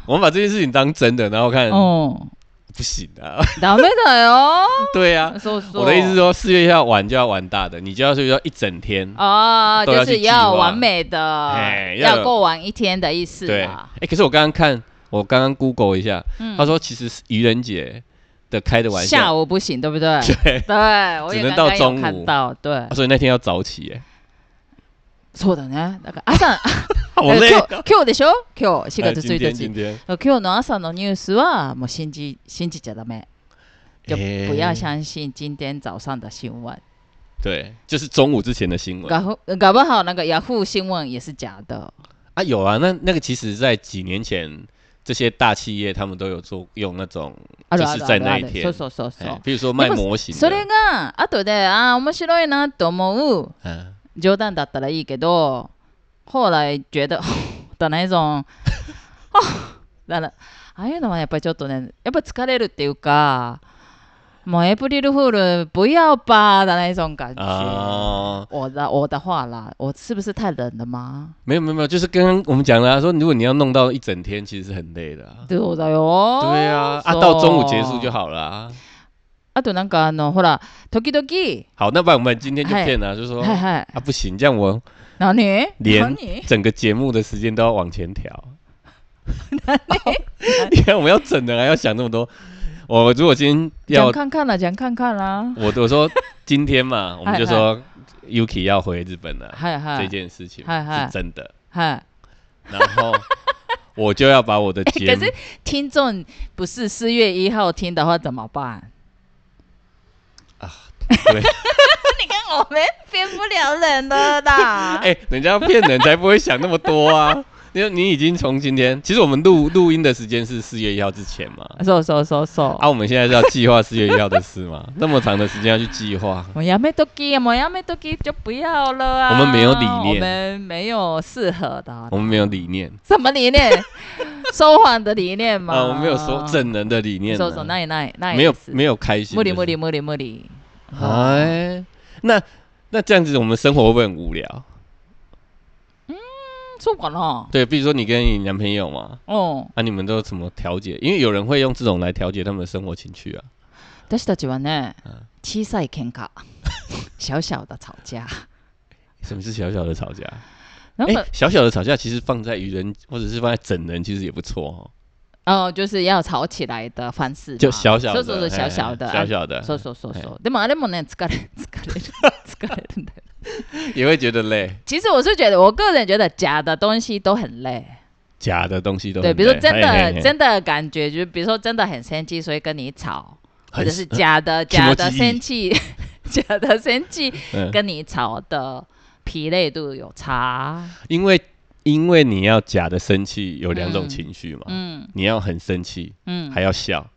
Speaker 2: 我们把这件事情当真的，然后看、
Speaker 1: 哦，
Speaker 2: 不行啊，
Speaker 1: ダメだよ。
Speaker 2: 对啊，
Speaker 1: そうそう
Speaker 2: 我的意思是说，四月要玩就要玩大的，你就要睡觉一整天。
Speaker 1: 啊，
Speaker 2: 都要
Speaker 1: 就
Speaker 2: 去
Speaker 1: 是
Speaker 2: 计划
Speaker 1: 要完美的
Speaker 2: 哎，要
Speaker 1: 要过完一天的意思
Speaker 2: 对，哎
Speaker 1: 啦。、
Speaker 2: 可是我刚刚看，我刚刚 Google 一下，
Speaker 1: 啊嗯
Speaker 2: 他说其实是愚人节的开的玩
Speaker 1: 下
Speaker 2: 笑，
Speaker 1: 午不行，对不对？
Speaker 2: 对，
Speaker 1: 对，我也
Speaker 2: 只能
Speaker 1: 刚刚
Speaker 2: 到中
Speaker 1: 有
Speaker 2: 午
Speaker 1: 看到，对，
Speaker 2: 所以那天要早起，哎，
Speaker 1: そうだね。だから朝、
Speaker 2: 好
Speaker 1: え
Speaker 2: 累
Speaker 1: 今
Speaker 2: 哦。
Speaker 1: 日今日でしょ？今日4
Speaker 2: 哎
Speaker 1: 月
Speaker 2: 今
Speaker 1: 1
Speaker 2: 天今
Speaker 1: 日。
Speaker 2: 天，
Speaker 1: 今日の朝のニュースはもう信じ信じちゃダメ。就
Speaker 2: 哎
Speaker 1: 不要相信今天早上的新闻，
Speaker 2: 对，就是中午之前的新闻
Speaker 1: 搞不搞不好那个雅虎新闻也是假的。
Speaker 2: 啊，有啊，那那个其实在几年前，这些大企业他们都有做用那种，
Speaker 1: ある
Speaker 2: 就
Speaker 1: あ
Speaker 2: 是
Speaker 1: るあ
Speaker 2: 在
Speaker 1: るあ
Speaker 2: 那一
Speaker 1: る。
Speaker 2: 天
Speaker 1: そうそうそうそ
Speaker 2: 哎
Speaker 1: う。
Speaker 2: 比如说卖
Speaker 1: 那不
Speaker 2: 模型
Speaker 1: それ
Speaker 2: 的，
Speaker 1: が後でああ面白いなと思う
Speaker 2: 嗯，
Speaker 1: 冗談だったらいいけど后来觉得 的那一种 だからああいうのはやっぱりちょっとねやっぱ疲れるっていうかもうエイプリルフール不要吧的那一种感觉。
Speaker 2: 哦，
Speaker 1: 我的我的话啦，我是不是太冷了吗？
Speaker 2: 没有没有没有，就是刚刚我们讲了、啊，说如果你要弄到一整天，其实是很累的、啊。
Speaker 1: 对だよ。
Speaker 2: 对啊，啊，
Speaker 1: そう
Speaker 2: 到中午结束就。好了、啊。
Speaker 1: あとなんかあのほら時々
Speaker 2: 好，那不然我们今天就
Speaker 1: 嗨
Speaker 2: 骗了，就说
Speaker 1: はいはい
Speaker 2: 啊，不行，这样我
Speaker 1: 何
Speaker 2: 连
Speaker 1: 何
Speaker 2: 整个节目的时间都要往 前调。 你看我们要整的，还要想那么多。我如果今天
Speaker 1: 讲
Speaker 2: 要，
Speaker 1: 看看啦，讲看看啦。
Speaker 2: 我我说今 天嘛，我们
Speaker 1: 嗨
Speaker 2: 就说 Yuki 要回日本了，
Speaker 1: 嗨嗨
Speaker 2: 这件事情
Speaker 1: 嗨嗨
Speaker 2: 是真的。
Speaker 1: 嗨。
Speaker 2: 然后 我就要把我的 节
Speaker 1: 可
Speaker 2: 目
Speaker 1: 是听众不是四月一号听的话怎么办？
Speaker 2: 啊对，
Speaker 1: 你看我们变不了人了啦。
Speaker 2: 哎，人家骗人才不会想那么多啊。因为你已经从今天，其实我们录录音的时间是四月一号之前嘛，
Speaker 1: そうそうそうそう。
Speaker 2: 啊，我们现在是要计划四月一号的事 嘛？那么长的时间要去计划，
Speaker 1: 我やめとき，我やめとき就不要了啊。
Speaker 2: 我们没有理念
Speaker 1: 我们没有适合的啊
Speaker 2: 我们没有理念
Speaker 1: 什么理念？ 说谎的理念吗？
Speaker 2: 啊，我们没有说整人的理念
Speaker 1: 说说
Speaker 2: 啊，
Speaker 1: 那也那也那也
Speaker 2: 没有
Speaker 1: 是
Speaker 2: 没有开心
Speaker 1: 無
Speaker 2: 的
Speaker 1: 理
Speaker 2: 事，
Speaker 1: 無理無理無理。哦
Speaker 2: 哎，那那这样子，我们生活会不会很无聊？
Speaker 1: そうかな。
Speaker 2: 对，比如说你跟你男朋友嘛，
Speaker 1: うん。
Speaker 2: 啊，你们都怎么调节？因为有人会用这种来调节他们的生活情趣啊。
Speaker 1: 私たちはね
Speaker 2: 嗯，
Speaker 1: 小さい喧嘩、 小小的吵架。
Speaker 2: 什么是小小的吵架？
Speaker 1: 然
Speaker 2: 哎、
Speaker 1: 后
Speaker 2: 小小的吵架其实放在愚人或者是放在整人，其实也不错哦。
Speaker 1: 哦，就是要吵起来的方式嘛，
Speaker 2: 就小小的，
Speaker 1: そうそうそう
Speaker 2: 哎
Speaker 1: 小小的，啊哎
Speaker 2: 小小的，哎
Speaker 1: そうそうそうそう。でもあれもね、疲れ、 疲れる、疲れるんだよ。
Speaker 2: 也会觉得累。
Speaker 1: 其实我是觉得，我个人觉得假的东西都很累。
Speaker 2: 假的东西都
Speaker 1: 对，
Speaker 2: 很
Speaker 1: 比如说
Speaker 2: 累
Speaker 1: 真
Speaker 2: 嘿嘿
Speaker 1: 的
Speaker 2: 嘿
Speaker 1: 真的感觉，就是比如说真的很生气，所以跟你吵，或
Speaker 2: 很呃
Speaker 1: 者是假的假
Speaker 2: 気持
Speaker 1: 的
Speaker 2: ちいい
Speaker 1: 生气， 假的生气
Speaker 2: 嗯，
Speaker 1: 跟你吵的疲累度有差。
Speaker 2: 因为因为你要假的生气有两种
Speaker 1: 嗯
Speaker 2: 情绪嘛，
Speaker 1: 嗯
Speaker 2: 你要很生气，
Speaker 1: 嗯，
Speaker 2: 还要笑，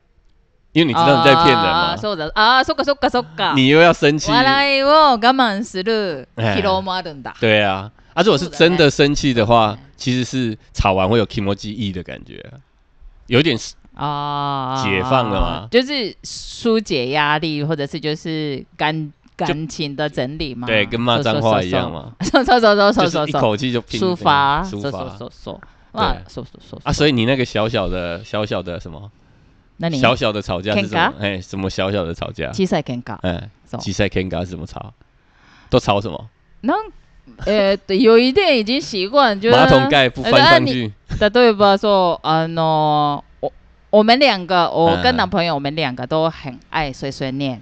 Speaker 2: 因为你知道你在骗人嘛
Speaker 1: 啊，そうだ。あー、そっかそっかそっか。
Speaker 2: 你又要生气，
Speaker 1: 笑い啊を我慢する疲労もあるんだ。
Speaker 2: 对啊。啊，如果是
Speaker 1: 是的
Speaker 2: 真的
Speaker 1: 嘞
Speaker 2: E 生气的话，其实是吵完会有 k i m o j i 的感觉，有一点
Speaker 1: 啊，
Speaker 2: 解放了吗
Speaker 1: 就是疏解压力，或者是就是感感情的整理嘛。
Speaker 2: 对，跟骂脏话一样
Speaker 1: 嘛。
Speaker 2: 嘛，
Speaker 1: 说说说啊说
Speaker 2: 就是
Speaker 1: 说
Speaker 2: 一
Speaker 1: 说，
Speaker 2: 口气就拼
Speaker 1: 抒发，
Speaker 2: 抒
Speaker 1: 说说
Speaker 2: 发
Speaker 1: 说说，哇，
Speaker 2: 对
Speaker 1: 说说说
Speaker 2: 啊！所以你那个小小的小小的什么
Speaker 1: 那你
Speaker 2: 小小的吵架是什么
Speaker 1: 喧？
Speaker 2: 哎，什么小小的吵架？
Speaker 1: 小さい喧嘩
Speaker 2: 哎，
Speaker 1: そう
Speaker 2: 比赛 Ken 是怎么吵？都吵什么？
Speaker 1: なんえーっと有一点已经习惯，就是
Speaker 2: 马桶盖不翻
Speaker 1: 呃
Speaker 2: 上去，
Speaker 1: 例えばそうあの我我们两个，我
Speaker 2: 嗯
Speaker 1: 跟男朋友，我们两个都很爱碎碎 念。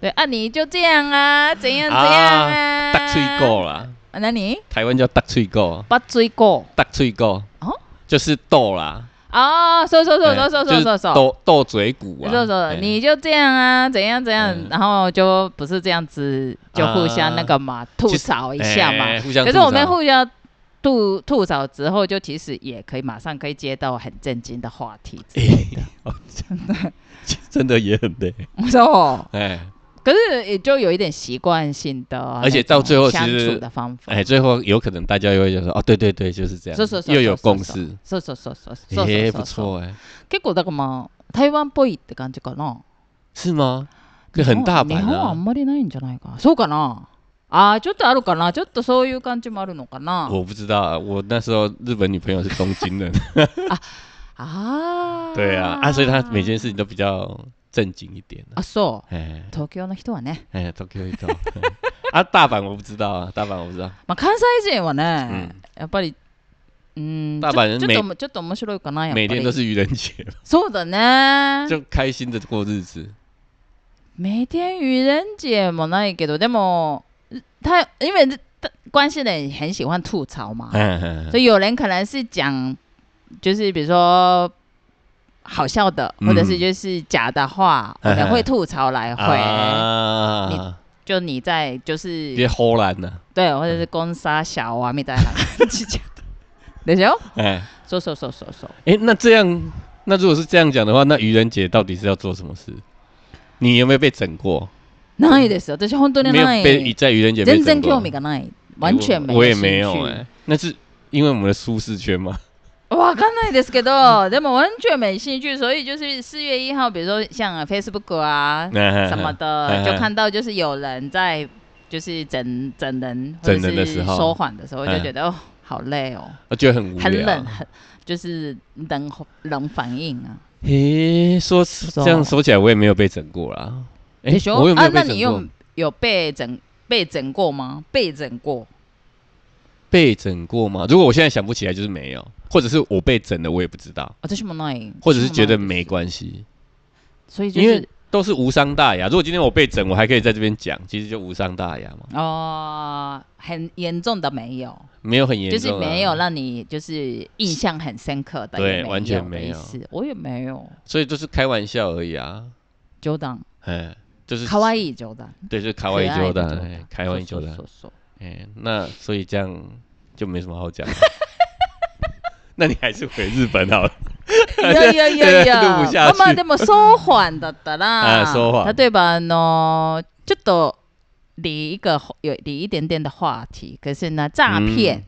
Speaker 1: 对啊，你就这样啊，怎样怎样啊？
Speaker 2: 搭脆狗啦，
Speaker 1: 啊，那你
Speaker 2: 台湾叫搭脆狗，
Speaker 1: 把嘴过
Speaker 2: 搭脆狗
Speaker 1: 哦
Speaker 2: 就是斗啦，
Speaker 1: 哦，说说说
Speaker 2: 哎
Speaker 1: 说说
Speaker 2: 就
Speaker 1: 说
Speaker 2: 是
Speaker 1: 说说，
Speaker 2: 斗斗嘴鼓啊，
Speaker 1: 说说
Speaker 2: 哎
Speaker 1: 哦你就这样啊，怎样怎样
Speaker 2: 嗯，
Speaker 1: 然后就不是这样子，就互相那个嘛吐
Speaker 2: 其实
Speaker 1: 槽一下嘛
Speaker 2: 哎。互相
Speaker 1: 啊可是
Speaker 2: 吐槽
Speaker 1: 我们互相吐吐槽之后，就其实也可以马上可以接到很震惊的话题之类的。
Speaker 2: 真哎哦的也很累，
Speaker 1: 我说哦，
Speaker 2: 哎
Speaker 1: 可是也就有一点习惯性的啊，
Speaker 2: 而且
Speaker 1: 那种
Speaker 2: 到最后其
Speaker 1: 相
Speaker 2: 实
Speaker 1: 处的方法，
Speaker 2: 哎，最后有可能大家又会就说哦，对对对，就是这
Speaker 1: そう
Speaker 2: 样
Speaker 1: そうそう，そう
Speaker 2: 又有共识，。
Speaker 1: そうそうそうそうそうそうそうそ
Speaker 2: 哎，
Speaker 1: う
Speaker 2: 不错哎，
Speaker 1: 結構だからまあ台湾っぽいって感じかな。
Speaker 2: 是吗？这很大
Speaker 1: 日
Speaker 2: 盘
Speaker 1: 本はあ
Speaker 2: 啊，
Speaker 1: んまりないんじゃないか。そうかな。ああ、ちょっとあるかな。ちょっとそういう感じもあるのかな。
Speaker 2: 我不知道啊，我那时候日本女朋友是东京人，
Speaker 1: ああ。
Speaker 2: 对啊，啊，所以她每件事情都比较正经一点啊
Speaker 1: あ、そう。
Speaker 2: 哎
Speaker 1: 東京の人はね。
Speaker 2: 哎，都可以到 啊，大阪我不知道啊，大阪我不知道。
Speaker 1: まあ、関西人はね、
Speaker 2: 嗯
Speaker 1: やっぱり、うーん、
Speaker 2: 大阪人
Speaker 1: ちょ
Speaker 2: 每
Speaker 1: ちょっとちょっと面白いかな、やっぱり。
Speaker 2: 每天都是愚人节嘛，
Speaker 1: そうだね。
Speaker 2: 就开心的过日子。
Speaker 1: 每天愚人节もないけど、でも、他因为他关系人很喜欢吐槽嘛，
Speaker 2: 嗯，
Speaker 1: 啊所以有人可能是讲，就是比如说好笑的，
Speaker 2: 嗯
Speaker 1: 或者是就是假的话，
Speaker 2: 嗯哎
Speaker 1: 我们会吐槽来回。
Speaker 2: 啊，
Speaker 1: 就你在就是
Speaker 2: 别齁懒啊呐，
Speaker 1: 对，或者是攻杀小啊みたい な感じででしょ？
Speaker 2: 哎
Speaker 1: そうそうそうそうそう。
Speaker 2: 哎，那这样，那如果是这样讲的话，那愚人节到底是要做什么事？你有没有被整过？
Speaker 1: ないですよ。私本当に
Speaker 2: 没有
Speaker 1: ない。
Speaker 2: 被在愚人节被
Speaker 1: 全
Speaker 2: 整
Speaker 1: 然
Speaker 2: 过
Speaker 1: 興味がない。完全没
Speaker 2: 我我也没
Speaker 1: 兴
Speaker 2: 有
Speaker 1: 趣
Speaker 2: 哎，那是因为我们的舒适圈 嘛。
Speaker 1: わかんないですけど、でも完全没兴趣，所以就是四月一号，比如说像呃 Facebook 啊什
Speaker 2: 什
Speaker 1: 么
Speaker 2: 嗯
Speaker 1: 的，就看到就是有人在就是整整人或
Speaker 2: 整
Speaker 1: 者
Speaker 2: 人的
Speaker 1: 是
Speaker 2: 时候
Speaker 1: 说谎的时候，
Speaker 2: 嗯
Speaker 1: 就觉得哦好累哦，
Speaker 2: 我觉得很无聊。
Speaker 1: 很冷，很就是冷冷反应啊。
Speaker 2: 诶，说这样说起来，我也没有被整过啦。诶
Speaker 1: 你说
Speaker 2: 我有没
Speaker 1: 啊
Speaker 2: 有，被
Speaker 1: 那
Speaker 2: 整
Speaker 1: 你有
Speaker 2: 过？
Speaker 1: 有被整被整过吗？被整过
Speaker 2: 被整过吗？如果我现在想不起来，就是没有，或者是我被整了，我也不知道，
Speaker 1: 啊？这是什么内容？
Speaker 2: 或者是觉得
Speaker 1: 这什么内
Speaker 2: 没
Speaker 1: 容，
Speaker 2: 关系，
Speaker 1: 所以就
Speaker 2: 因为
Speaker 1: 是
Speaker 2: 都是无伤大雅。如果今天我被整，我还可以在这边讲，其实就无伤大雅嘛，
Speaker 1: 哦，很严重的没有。
Speaker 2: 没有很严
Speaker 1: 就
Speaker 2: 重、啊
Speaker 1: 是没有。让你就是印象很深刻的，
Speaker 2: 对
Speaker 1: 也没有
Speaker 2: 完全
Speaker 1: 的
Speaker 2: 没有
Speaker 1: 意思我也没有。
Speaker 2: 所以就是开玩笑而已啊，
Speaker 1: 冗談，
Speaker 2: 哎，就是
Speaker 1: 可愛い冗談，
Speaker 2: 对，就是开
Speaker 1: 可
Speaker 2: 玩
Speaker 1: 爱
Speaker 2: 笑
Speaker 1: 的
Speaker 2: 的，
Speaker 1: 冗
Speaker 2: 哎
Speaker 1: 談，
Speaker 2: 开玩笑
Speaker 1: 说
Speaker 2: 的，
Speaker 1: 说说
Speaker 2: 哎，那所以这样就没什么好讲。 那你还是回日本好了。
Speaker 1: いやいやいやいや、
Speaker 2: 录不下去啊
Speaker 1: まあまあでもそう缓だった ら、
Speaker 2: あそう緩
Speaker 1: 例えばあのちょっと离一个有离一点点的话题，可是呢，诈骗，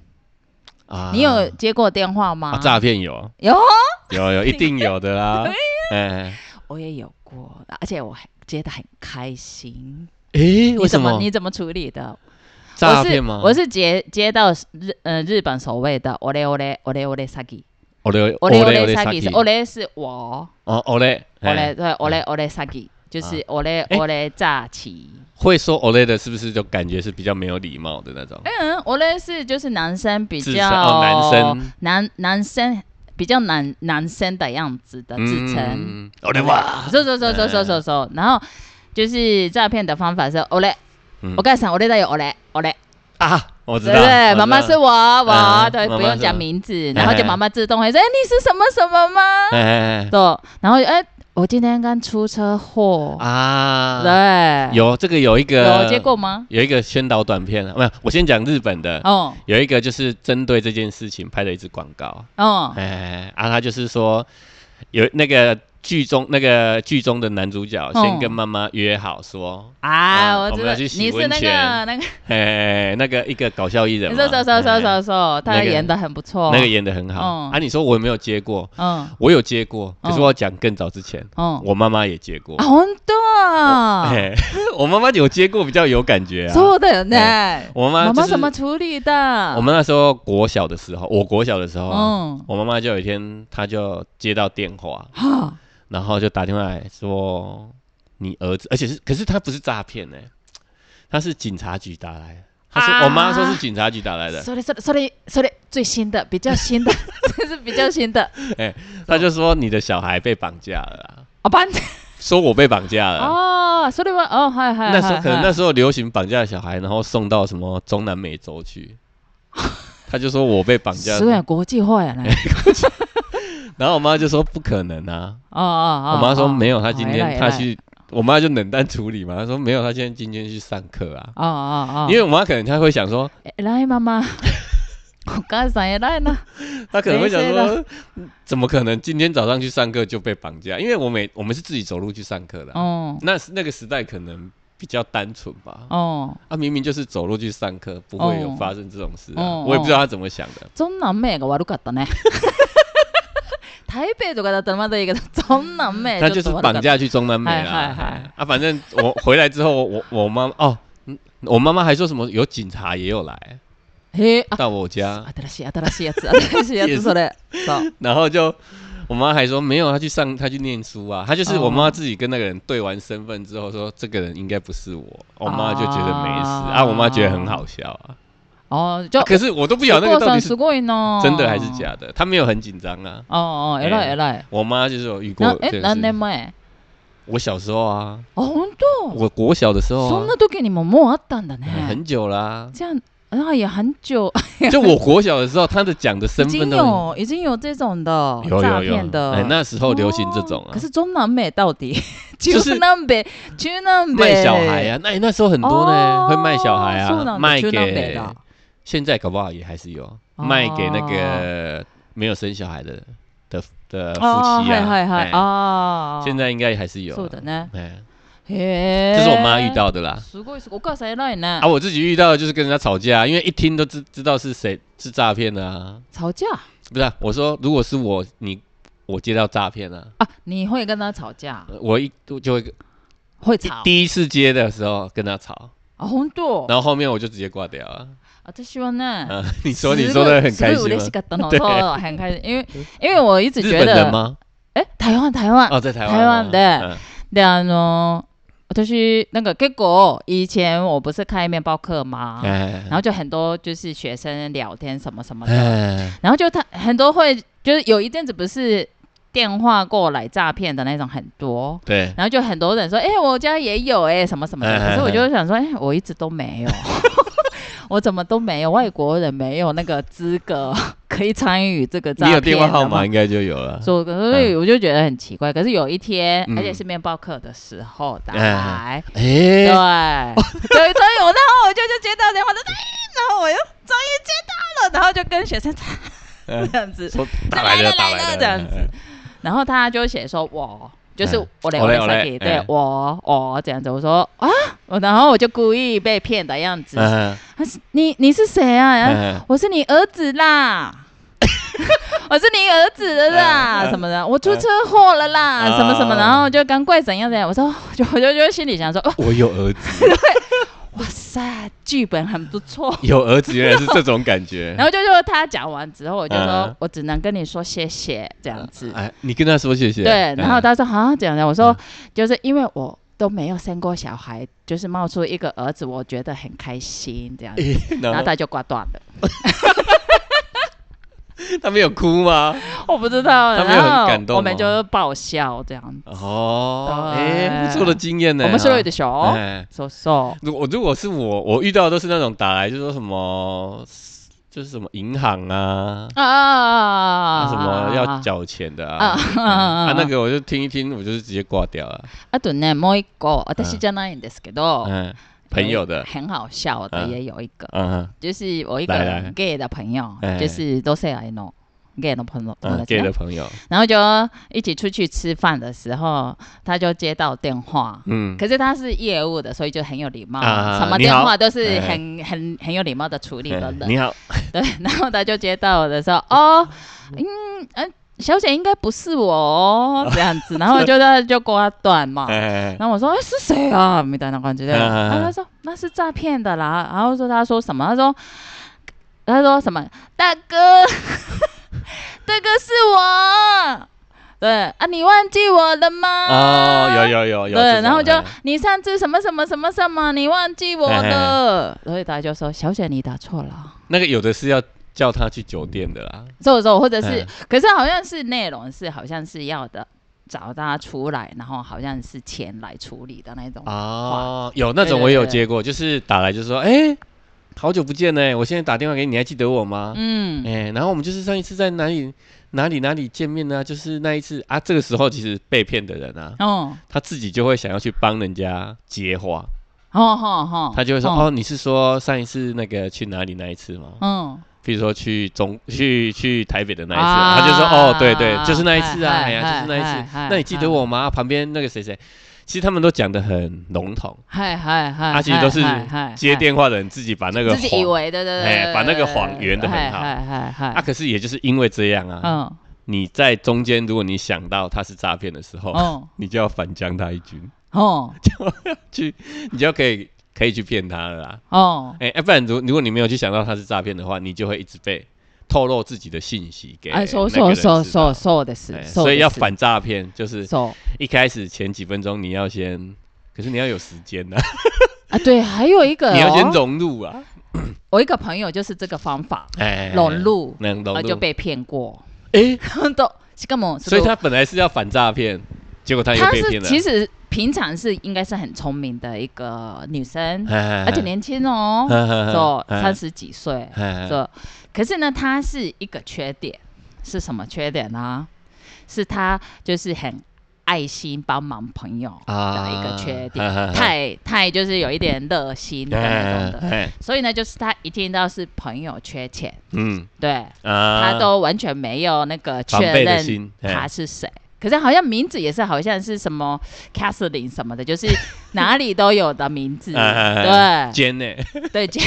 Speaker 2: 嗯啊
Speaker 1: 你有接过电话吗
Speaker 2: 啊？诈骗有
Speaker 1: 有，啊
Speaker 2: 有有，一定有的 啦。哎
Speaker 1: 我也有过，而且我还接的很开心。
Speaker 2: 哎，为
Speaker 1: 你
Speaker 2: 什
Speaker 1: 怎么
Speaker 2: 么
Speaker 1: 你怎么处理的？
Speaker 2: 诈骗吗？
Speaker 1: 我是我是接接到日呃日本所谓的 “ole ole ole ole sagi”。
Speaker 2: 我的我
Speaker 1: ole
Speaker 2: 的
Speaker 1: ole sagi 是
Speaker 2: 詐欺
Speaker 1: ole 是我
Speaker 2: 哦我嘞我
Speaker 1: ，ole
Speaker 2: 嘞
Speaker 1: 对 ole ole sagi 就是 ole
Speaker 2: 哎
Speaker 1: ole 诈欺。
Speaker 2: 会说我嘞的是不是就感觉是比较没有礼貌的那种？
Speaker 1: 嗯，ole 是就是男生比
Speaker 2: 自
Speaker 1: 较
Speaker 2: 称哦男生
Speaker 1: 男男生比较男男生的样子的自称。
Speaker 2: 嗯，哎我嘞哇，
Speaker 1: そうそうそうそうそうそうそう。然后就是诈骗的方法是 ole，
Speaker 2: 嗯
Speaker 1: 我刚才 ole 的有 ole ole。
Speaker 2: 啊，我知
Speaker 1: 对
Speaker 2: 道，
Speaker 1: 不对？
Speaker 2: 我知
Speaker 1: 妈
Speaker 2: 道
Speaker 1: 妈是我，我
Speaker 2: 嗯
Speaker 1: 对，
Speaker 2: 妈
Speaker 1: 不
Speaker 2: 妈
Speaker 1: 用
Speaker 2: 是
Speaker 1: 讲
Speaker 2: 我
Speaker 1: 名字，然后
Speaker 2: 哎
Speaker 1: 就
Speaker 2: 哎
Speaker 1: 妈妈自动会说：“哎，你是什么什么吗
Speaker 2: 哎哎？”
Speaker 1: 对，然后哎，我今天刚出车祸
Speaker 2: 哎，啊，
Speaker 1: 对，
Speaker 2: 有这个有一个
Speaker 1: 有接过吗？
Speaker 2: 有一个宣导短片，啊没有，我先讲日本的。
Speaker 1: 哦
Speaker 2: 有一个就是针对这件事情拍的一支广告，
Speaker 1: 哦
Speaker 2: 哎，啊，他就是说有那个剧中那个剧中的男主角先
Speaker 1: 嗯
Speaker 2: 跟妈妈约好说，
Speaker 1: 啊，
Speaker 2: 嗯
Speaker 1: 我
Speaker 2: 我
Speaker 1: 知
Speaker 2: 们
Speaker 1: 道
Speaker 2: 要
Speaker 1: 你
Speaker 2: 去洗
Speaker 1: 是
Speaker 2: 温
Speaker 1: 那个
Speaker 2: 泉
Speaker 1: 那个，
Speaker 2: 嘿，那个一个搞笑艺人
Speaker 1: 你
Speaker 2: 嘛，
Speaker 1: 说说说说
Speaker 2: 嘿
Speaker 1: 说说，他
Speaker 2: 哎那个
Speaker 1: 演的很不错。
Speaker 2: 那个演的很好
Speaker 1: 嗯
Speaker 2: 啊。你说我有没有接过？
Speaker 1: 嗯
Speaker 2: 我有接过，可是
Speaker 1: 嗯
Speaker 2: 我要讲更早之前，
Speaker 1: 嗯，
Speaker 2: 我妈妈也接过
Speaker 1: あ。本当。
Speaker 2: 嘿 我哎妈妈有接过比较有感觉啊。
Speaker 1: そうだよね。
Speaker 2: 我哎
Speaker 1: 妈
Speaker 2: 妈妈
Speaker 1: 妈
Speaker 2: 就是
Speaker 1: 怎么处理的？
Speaker 2: 我们那时候国小的时候，我国小的时候啊，
Speaker 1: 嗯，
Speaker 2: 我妈妈就有一天她就接到电话，
Speaker 1: は
Speaker 2: 然后就打电话来说你儿子，而且是可是他不是诈骗呢，他是警察局打来的。他说、
Speaker 1: 啊哦
Speaker 2: 我妈说是警察局打来
Speaker 1: あ
Speaker 2: 的，
Speaker 1: それそれそれそれ最新的比较新的， 这是比较新的。
Speaker 2: 他就说你的小孩被绑架了啦，
Speaker 1: あばん
Speaker 2: 说我被绑架了。
Speaker 1: 哦あそれはあはいはいはいはい。
Speaker 2: 那时候可能那时候流行绑架小孩，然后送到什么中南美洲 去。他就说我被绑架，
Speaker 1: すごい国际化 やね。
Speaker 2: 然后我妈就说不可能啊。
Speaker 1: あああ。
Speaker 2: 我妈说没有，她今天她
Speaker 1: 他去。
Speaker 2: 去，我妈就冷淡处理嘛。她说没有，她今天今天去上课啊。
Speaker 1: あああ。
Speaker 2: 因为我妈可能她会想说，
Speaker 1: 偉いママ。 お母さん偉い な。
Speaker 2: 她可能会想
Speaker 1: 没事
Speaker 2: 说，怎么可能今天早上去上课就被绑架？因为我每我们是自己走路去上课的啊、
Speaker 1: うん。
Speaker 2: 那那个时代可能比较单纯吧。
Speaker 1: うん。
Speaker 2: 啊，明明就是走路去上课，不会有发生这种事、啊。
Speaker 1: 哦
Speaker 2: 我也不知道她怎么想的。
Speaker 1: そんなん名が悪かった ね。台北とかだったらまだいいけど、そんなん名
Speaker 2: 他
Speaker 1: ちょ
Speaker 2: 就
Speaker 1: っ
Speaker 2: 是
Speaker 1: と悪か
Speaker 2: 绑
Speaker 1: った。
Speaker 2: 架去中南美
Speaker 1: 嗨嗨
Speaker 2: 啦
Speaker 1: 嗨。
Speaker 2: 啊，反正我回来之后，我我妈哦，嗯我妈妈还说什么有警察也有来
Speaker 1: へえ、あ
Speaker 2: 到我家，
Speaker 1: 新しい新しいや つ、新しいや
Speaker 2: 也
Speaker 1: つ、
Speaker 2: 是
Speaker 1: それ。そう。
Speaker 2: 然后就我妈还说没有，她去上她去念书啊。她就是
Speaker 1: 哦
Speaker 2: 我妈自己跟那个人对完身份之后说这个人应该不是我，我
Speaker 1: 哦
Speaker 2: 妈就觉得没事
Speaker 1: 啊
Speaker 2: 啊，我妈觉得很好笑啊。
Speaker 1: ああ、じゃあ、
Speaker 2: 可是我都不晓
Speaker 1: お
Speaker 2: 得那个
Speaker 1: 母
Speaker 2: 到
Speaker 1: さ
Speaker 2: 底
Speaker 1: ん
Speaker 2: 是
Speaker 1: すごいな。
Speaker 2: 真的还
Speaker 1: 哦
Speaker 2: 是假的，她没有很紧张啊。
Speaker 1: ああ、偉い偉い。
Speaker 2: 我妈就是有遇过
Speaker 1: な
Speaker 2: 这
Speaker 1: え、
Speaker 2: 个
Speaker 1: 何
Speaker 2: 事
Speaker 1: 年。前
Speaker 2: 我小时候啊，
Speaker 1: あ、本当
Speaker 2: 我国小的时候
Speaker 1: そ
Speaker 2: 啊
Speaker 1: ん，な時にももうあったんだね。
Speaker 2: 很久啦。
Speaker 1: じゃあ、あいや、班長。
Speaker 2: 就我国小的时候，他的讲的身
Speaker 1: 已经
Speaker 2: 份都
Speaker 1: 有已经有这种的
Speaker 2: 有
Speaker 1: 诈
Speaker 2: 有有
Speaker 1: 骗，的，
Speaker 2: 哎，那时候流行这种
Speaker 1: 哦
Speaker 2: 啊
Speaker 1: 可，是中南美到底，
Speaker 2: 就
Speaker 1: 就是是南北，中南北
Speaker 2: 卖小孩啊，那、那时候很
Speaker 1: 很
Speaker 2: 多呢，会卖小
Speaker 1: 哦
Speaker 2: 孩啊，卖
Speaker 1: 中南北
Speaker 2: 给
Speaker 1: 的
Speaker 2: 现在搞不好也还是有
Speaker 1: 哦
Speaker 2: 卖给那个没有生小孩的的的夫
Speaker 1: 哦，
Speaker 2: 妻啊，
Speaker 1: 嗨嗨
Speaker 2: 哎
Speaker 1: 嗨啊，
Speaker 2: 现在应该还是有
Speaker 1: そうだ
Speaker 2: 啊，
Speaker 1: ね，
Speaker 2: 哎，
Speaker 1: へ
Speaker 2: 这
Speaker 1: え，
Speaker 2: 是我妈遇。到的啦。
Speaker 1: すごいすごい、お母さん偉いね
Speaker 2: 啊，。我自己遇到的就是跟人家吵架，因为一听都知知道是谁是诈骗的啊，
Speaker 1: 吵架
Speaker 2: 不是、啊？我说如果是我，你我接到诈骗啊，
Speaker 1: 啊，你会跟他吵架，
Speaker 2: 我一就会
Speaker 1: 会吵
Speaker 2: 第一次接的时候跟他吵，
Speaker 1: 啊，本当。
Speaker 2: 然后后面我就直接挂掉了。
Speaker 1: 私はね。
Speaker 2: 啊， 你说你说的很开
Speaker 1: すごい
Speaker 2: 心
Speaker 1: 嬉
Speaker 2: 吗
Speaker 1: し？かったの，
Speaker 2: 对
Speaker 1: そう哦很开心，因为因为我一直
Speaker 2: 日
Speaker 1: 觉
Speaker 2: 本人
Speaker 1: 得，
Speaker 2: 吗？
Speaker 1: 哎，台湾台湾啊
Speaker 2: 哦，在台湾，
Speaker 1: 台湾的
Speaker 2: 嗯
Speaker 1: であの私那个結構以前我不是开面包课嘛，
Speaker 2: 哎
Speaker 1: 然后就很多就是学生聊天什么什么的，
Speaker 2: 哎，
Speaker 1: 然后就他很多会就是有一阵子不是电话过来诈骗的那种很多。
Speaker 2: 对，
Speaker 1: 然后就很多人说，哎、我家也有哎、什么什么的。
Speaker 2: 哎
Speaker 1: 可是我就想说，哎、我一直都没有， 我怎么都没有，外国人没有那个资格 可以参与这个诈
Speaker 2: 你有
Speaker 1: 骗。
Speaker 2: 电话号码？应该就有了。
Speaker 1: 所以所以我就觉得很奇怪。可是有一天，
Speaker 2: 嗯
Speaker 1: 而且是面包课的时候打
Speaker 2: 哎
Speaker 1: 来，对，
Speaker 2: 哎，
Speaker 1: 对，所以我然后我就就接到电话，就哎，然后我又终于接到了，然后就跟学生
Speaker 2: 嗯
Speaker 1: 这样子，
Speaker 2: 说打来了，打
Speaker 1: 来了
Speaker 2: 来了，
Speaker 1: 这样子
Speaker 2: 嗯，
Speaker 1: 然后他就写说我。就是
Speaker 2: 嗯
Speaker 1: 我来
Speaker 2: 我
Speaker 1: 我
Speaker 2: 嘞
Speaker 1: 来
Speaker 2: 我
Speaker 1: 我
Speaker 2: 嘞
Speaker 1: 给对
Speaker 2: 哎
Speaker 1: 我我这样子，我说啊，我然后我就故意被骗的样子。
Speaker 2: 嗯
Speaker 1: 他是你你是谁啊？然后
Speaker 2: 嗯
Speaker 1: 我是你儿子啦， 我是你儿子的啦，什么的，我出车祸了啦，什么什么，
Speaker 2: 嗯啊
Speaker 1: 然后就赶快怎样怎样，我说我就我就就心里想说，哦，
Speaker 2: 我有儿子，
Speaker 1: 哇塞，剧本很不错。
Speaker 2: 有儿子原来是这种感觉
Speaker 1: 然。后就就他讲完之后，我就说、
Speaker 2: 嗯
Speaker 1: 我只能跟你说谢谢这样子。
Speaker 2: 哎，你跟他说谢谢。嗯
Speaker 1: 对，然后
Speaker 2: 他
Speaker 1: 他说啊这样的，我说、
Speaker 2: 嗯
Speaker 1: 就是因为我都没有生过小孩，就是冒出一个儿子，我觉得很开心这样子。然
Speaker 2: 然
Speaker 1: 后
Speaker 2: 后
Speaker 1: 他就挂断了，
Speaker 2: 他没有哭吗？
Speaker 1: 我不知道。
Speaker 2: 他没有很
Speaker 1: 然后
Speaker 2: 感动
Speaker 1: 我们
Speaker 2: 吗
Speaker 1: 就爆笑这样。
Speaker 2: 哦，
Speaker 1: 对
Speaker 2: 哎，不错的经验呢。
Speaker 1: 我们是有哦
Speaker 2: 哈
Speaker 1: 的小
Speaker 2: 哎。
Speaker 1: 说说
Speaker 2: 如果如果是我，我遇到的都是那种打来就说什么，就是什么银行啊，啊
Speaker 1: 啊
Speaker 2: 什么要缴钱的
Speaker 1: 啊
Speaker 2: 啊，
Speaker 1: 啊
Speaker 2: 嗯啊那
Speaker 1: 啊
Speaker 2: 个我就听一听，我就是直接挂掉了。
Speaker 1: あとねもう一個私じゃないんですけど、
Speaker 2: 嗯，朋友的，
Speaker 1: 很好笑的
Speaker 2: 嗯
Speaker 1: 也有一个，
Speaker 2: 嗯，
Speaker 1: 就是我一
Speaker 2: 来来
Speaker 1: 个 gay 的朋友
Speaker 2: 哎，
Speaker 1: 就是都是 I know， gay 的朋友友
Speaker 2: 嗯
Speaker 1: 達
Speaker 2: ，gay
Speaker 1: ね
Speaker 2: 的朋友，
Speaker 1: 然后就一起出去吃饭的时候，他就接到电话。
Speaker 2: 嗯，
Speaker 1: 可是他是业务的，所以就很有礼貌，
Speaker 2: 啊
Speaker 1: 什么
Speaker 2: 你
Speaker 1: 电
Speaker 2: 好
Speaker 1: 话都是很、很很有礼貌的处理的
Speaker 2: 嗯
Speaker 1: 人。
Speaker 2: 你好，
Speaker 1: 对， 然后他就接到我的时候，哦，嗯嗯，小姐应该不是我哦，这样子，然后就他 就挂断嘛。
Speaker 2: 哎，
Speaker 1: 然后我说、哎是谁啊？みたいな感じで、
Speaker 2: 嗯
Speaker 1: 然后他说那是诈骗的啦。然后说他说什么？他说他说什么？大哥， 大哥是我。对啊，你忘记我了吗？
Speaker 2: 哦，有有有哎有，
Speaker 1: 对，然后就
Speaker 2: 这种
Speaker 1: 你上次什么什么什么什么，你忘记我
Speaker 2: 嘿嘿哎
Speaker 1: 了。所以他就说小姐你打错了。
Speaker 2: 那个有的是要叫他去酒店的啦，
Speaker 1: 走走，或者是，
Speaker 2: 嗯
Speaker 1: 可是好像是内容是好像是要的，找他出来，然后好像是钱来处理的那种。
Speaker 2: 哦，有那种
Speaker 1: 对
Speaker 2: 我也有
Speaker 1: 对
Speaker 2: 接过，就是打来就说，哎，好久不见呢，我现在打电话给你，你还记得我吗？
Speaker 1: 嗯，
Speaker 2: 哎、然后我们就是上一次在哪里哪里哪里见面呢、就是那一次啊，这个时候其实被骗的人啊，
Speaker 1: 哦，
Speaker 2: 他自己就会想要去帮人家接话，
Speaker 1: 哦吼吼，
Speaker 2: 他就会说，
Speaker 1: 哦，
Speaker 2: 哦，你是说上一次那个去哪里那一次吗？
Speaker 1: 嗯，
Speaker 2: 比如说去中去去台北的那一次，
Speaker 1: 啊
Speaker 2: 他就说，哦，对对，就是那一次啊，
Speaker 1: 嗨
Speaker 2: 哎呀，就是那一
Speaker 1: 嗨
Speaker 2: 次
Speaker 1: 嗨，
Speaker 2: 那你记得我吗？旁边那个谁谁，其实他们都讲的很笼统，啊
Speaker 1: 嗨嗨嗨，
Speaker 2: 他其实都是
Speaker 1: 啊嗨嗨嗨
Speaker 2: 接电话的人自己把那个
Speaker 1: 自己以
Speaker 2: 谎
Speaker 1: 为的，对对
Speaker 2: 哎
Speaker 1: 对，
Speaker 2: 把那
Speaker 1: 对
Speaker 2: 个谎圆得很好
Speaker 1: 嗨嗨
Speaker 2: 啊，
Speaker 1: 嗨，
Speaker 2: 可是也就是因为这样啊，
Speaker 1: 嗯，
Speaker 2: 你在中间，如果你想到他是诈骗的时候，
Speaker 1: 哦
Speaker 2: 你就要反将他一军，
Speaker 1: 哦
Speaker 2: 你就可以可以去骗他了啦。
Speaker 1: 哦，
Speaker 2: 哎、要不然如如果你没有去想到他是诈骗的话，你就会一直被透露自己的信息给
Speaker 1: 哎，
Speaker 2: 那
Speaker 1: そう
Speaker 2: 个
Speaker 1: そう
Speaker 2: 人知
Speaker 1: そ
Speaker 2: 道
Speaker 1: うそうそうです
Speaker 2: 哎，
Speaker 1: そう
Speaker 2: 所以要
Speaker 1: です
Speaker 2: 反诈骗，就是
Speaker 1: そう
Speaker 2: 一开始前几分钟你要先，可是你要有时间呐、
Speaker 1: 啊，对，还有一个
Speaker 2: 你要先
Speaker 1: 哦，
Speaker 2: 融入啊，
Speaker 1: 我一个朋友就是这个方法，
Speaker 2: 哎，
Speaker 1: 融入
Speaker 2: 能融
Speaker 1: 啊就
Speaker 2: 入，
Speaker 1: 被骗过。
Speaker 2: 哎、
Speaker 1: 都しかも
Speaker 2: 所以他本来是要反诈骗，结果他又
Speaker 1: 她
Speaker 2: 被
Speaker 1: 是
Speaker 2: 骗了，
Speaker 1: 其实平常是应该是很聪明的一个女生，
Speaker 2: 哎，
Speaker 1: 而且年轻哦，就三
Speaker 2: 十，
Speaker 1: 十几岁，
Speaker 2: 哎
Speaker 1: 就可是呢，她是一个缺点，是什么缺点呢？是她就是很爱心帮忙朋友的一个缺点，
Speaker 2: 啊
Speaker 1: 太太就是有一点热心的那种的，
Speaker 2: 哎
Speaker 1: 所以呢，就是她一听到是朋友缺钱，
Speaker 2: 嗯
Speaker 1: 对，
Speaker 2: 啊，
Speaker 1: 他都完全没有那个
Speaker 2: 防
Speaker 1: 确
Speaker 2: 备的
Speaker 1: 认
Speaker 2: 心哎
Speaker 1: 他是谁。可是好像名字也是好像是什么 Catherine 什么的，就是哪里都有的名 字，
Speaker 2: 哎
Speaker 1: 对
Speaker 2: 奸呢
Speaker 1: 对这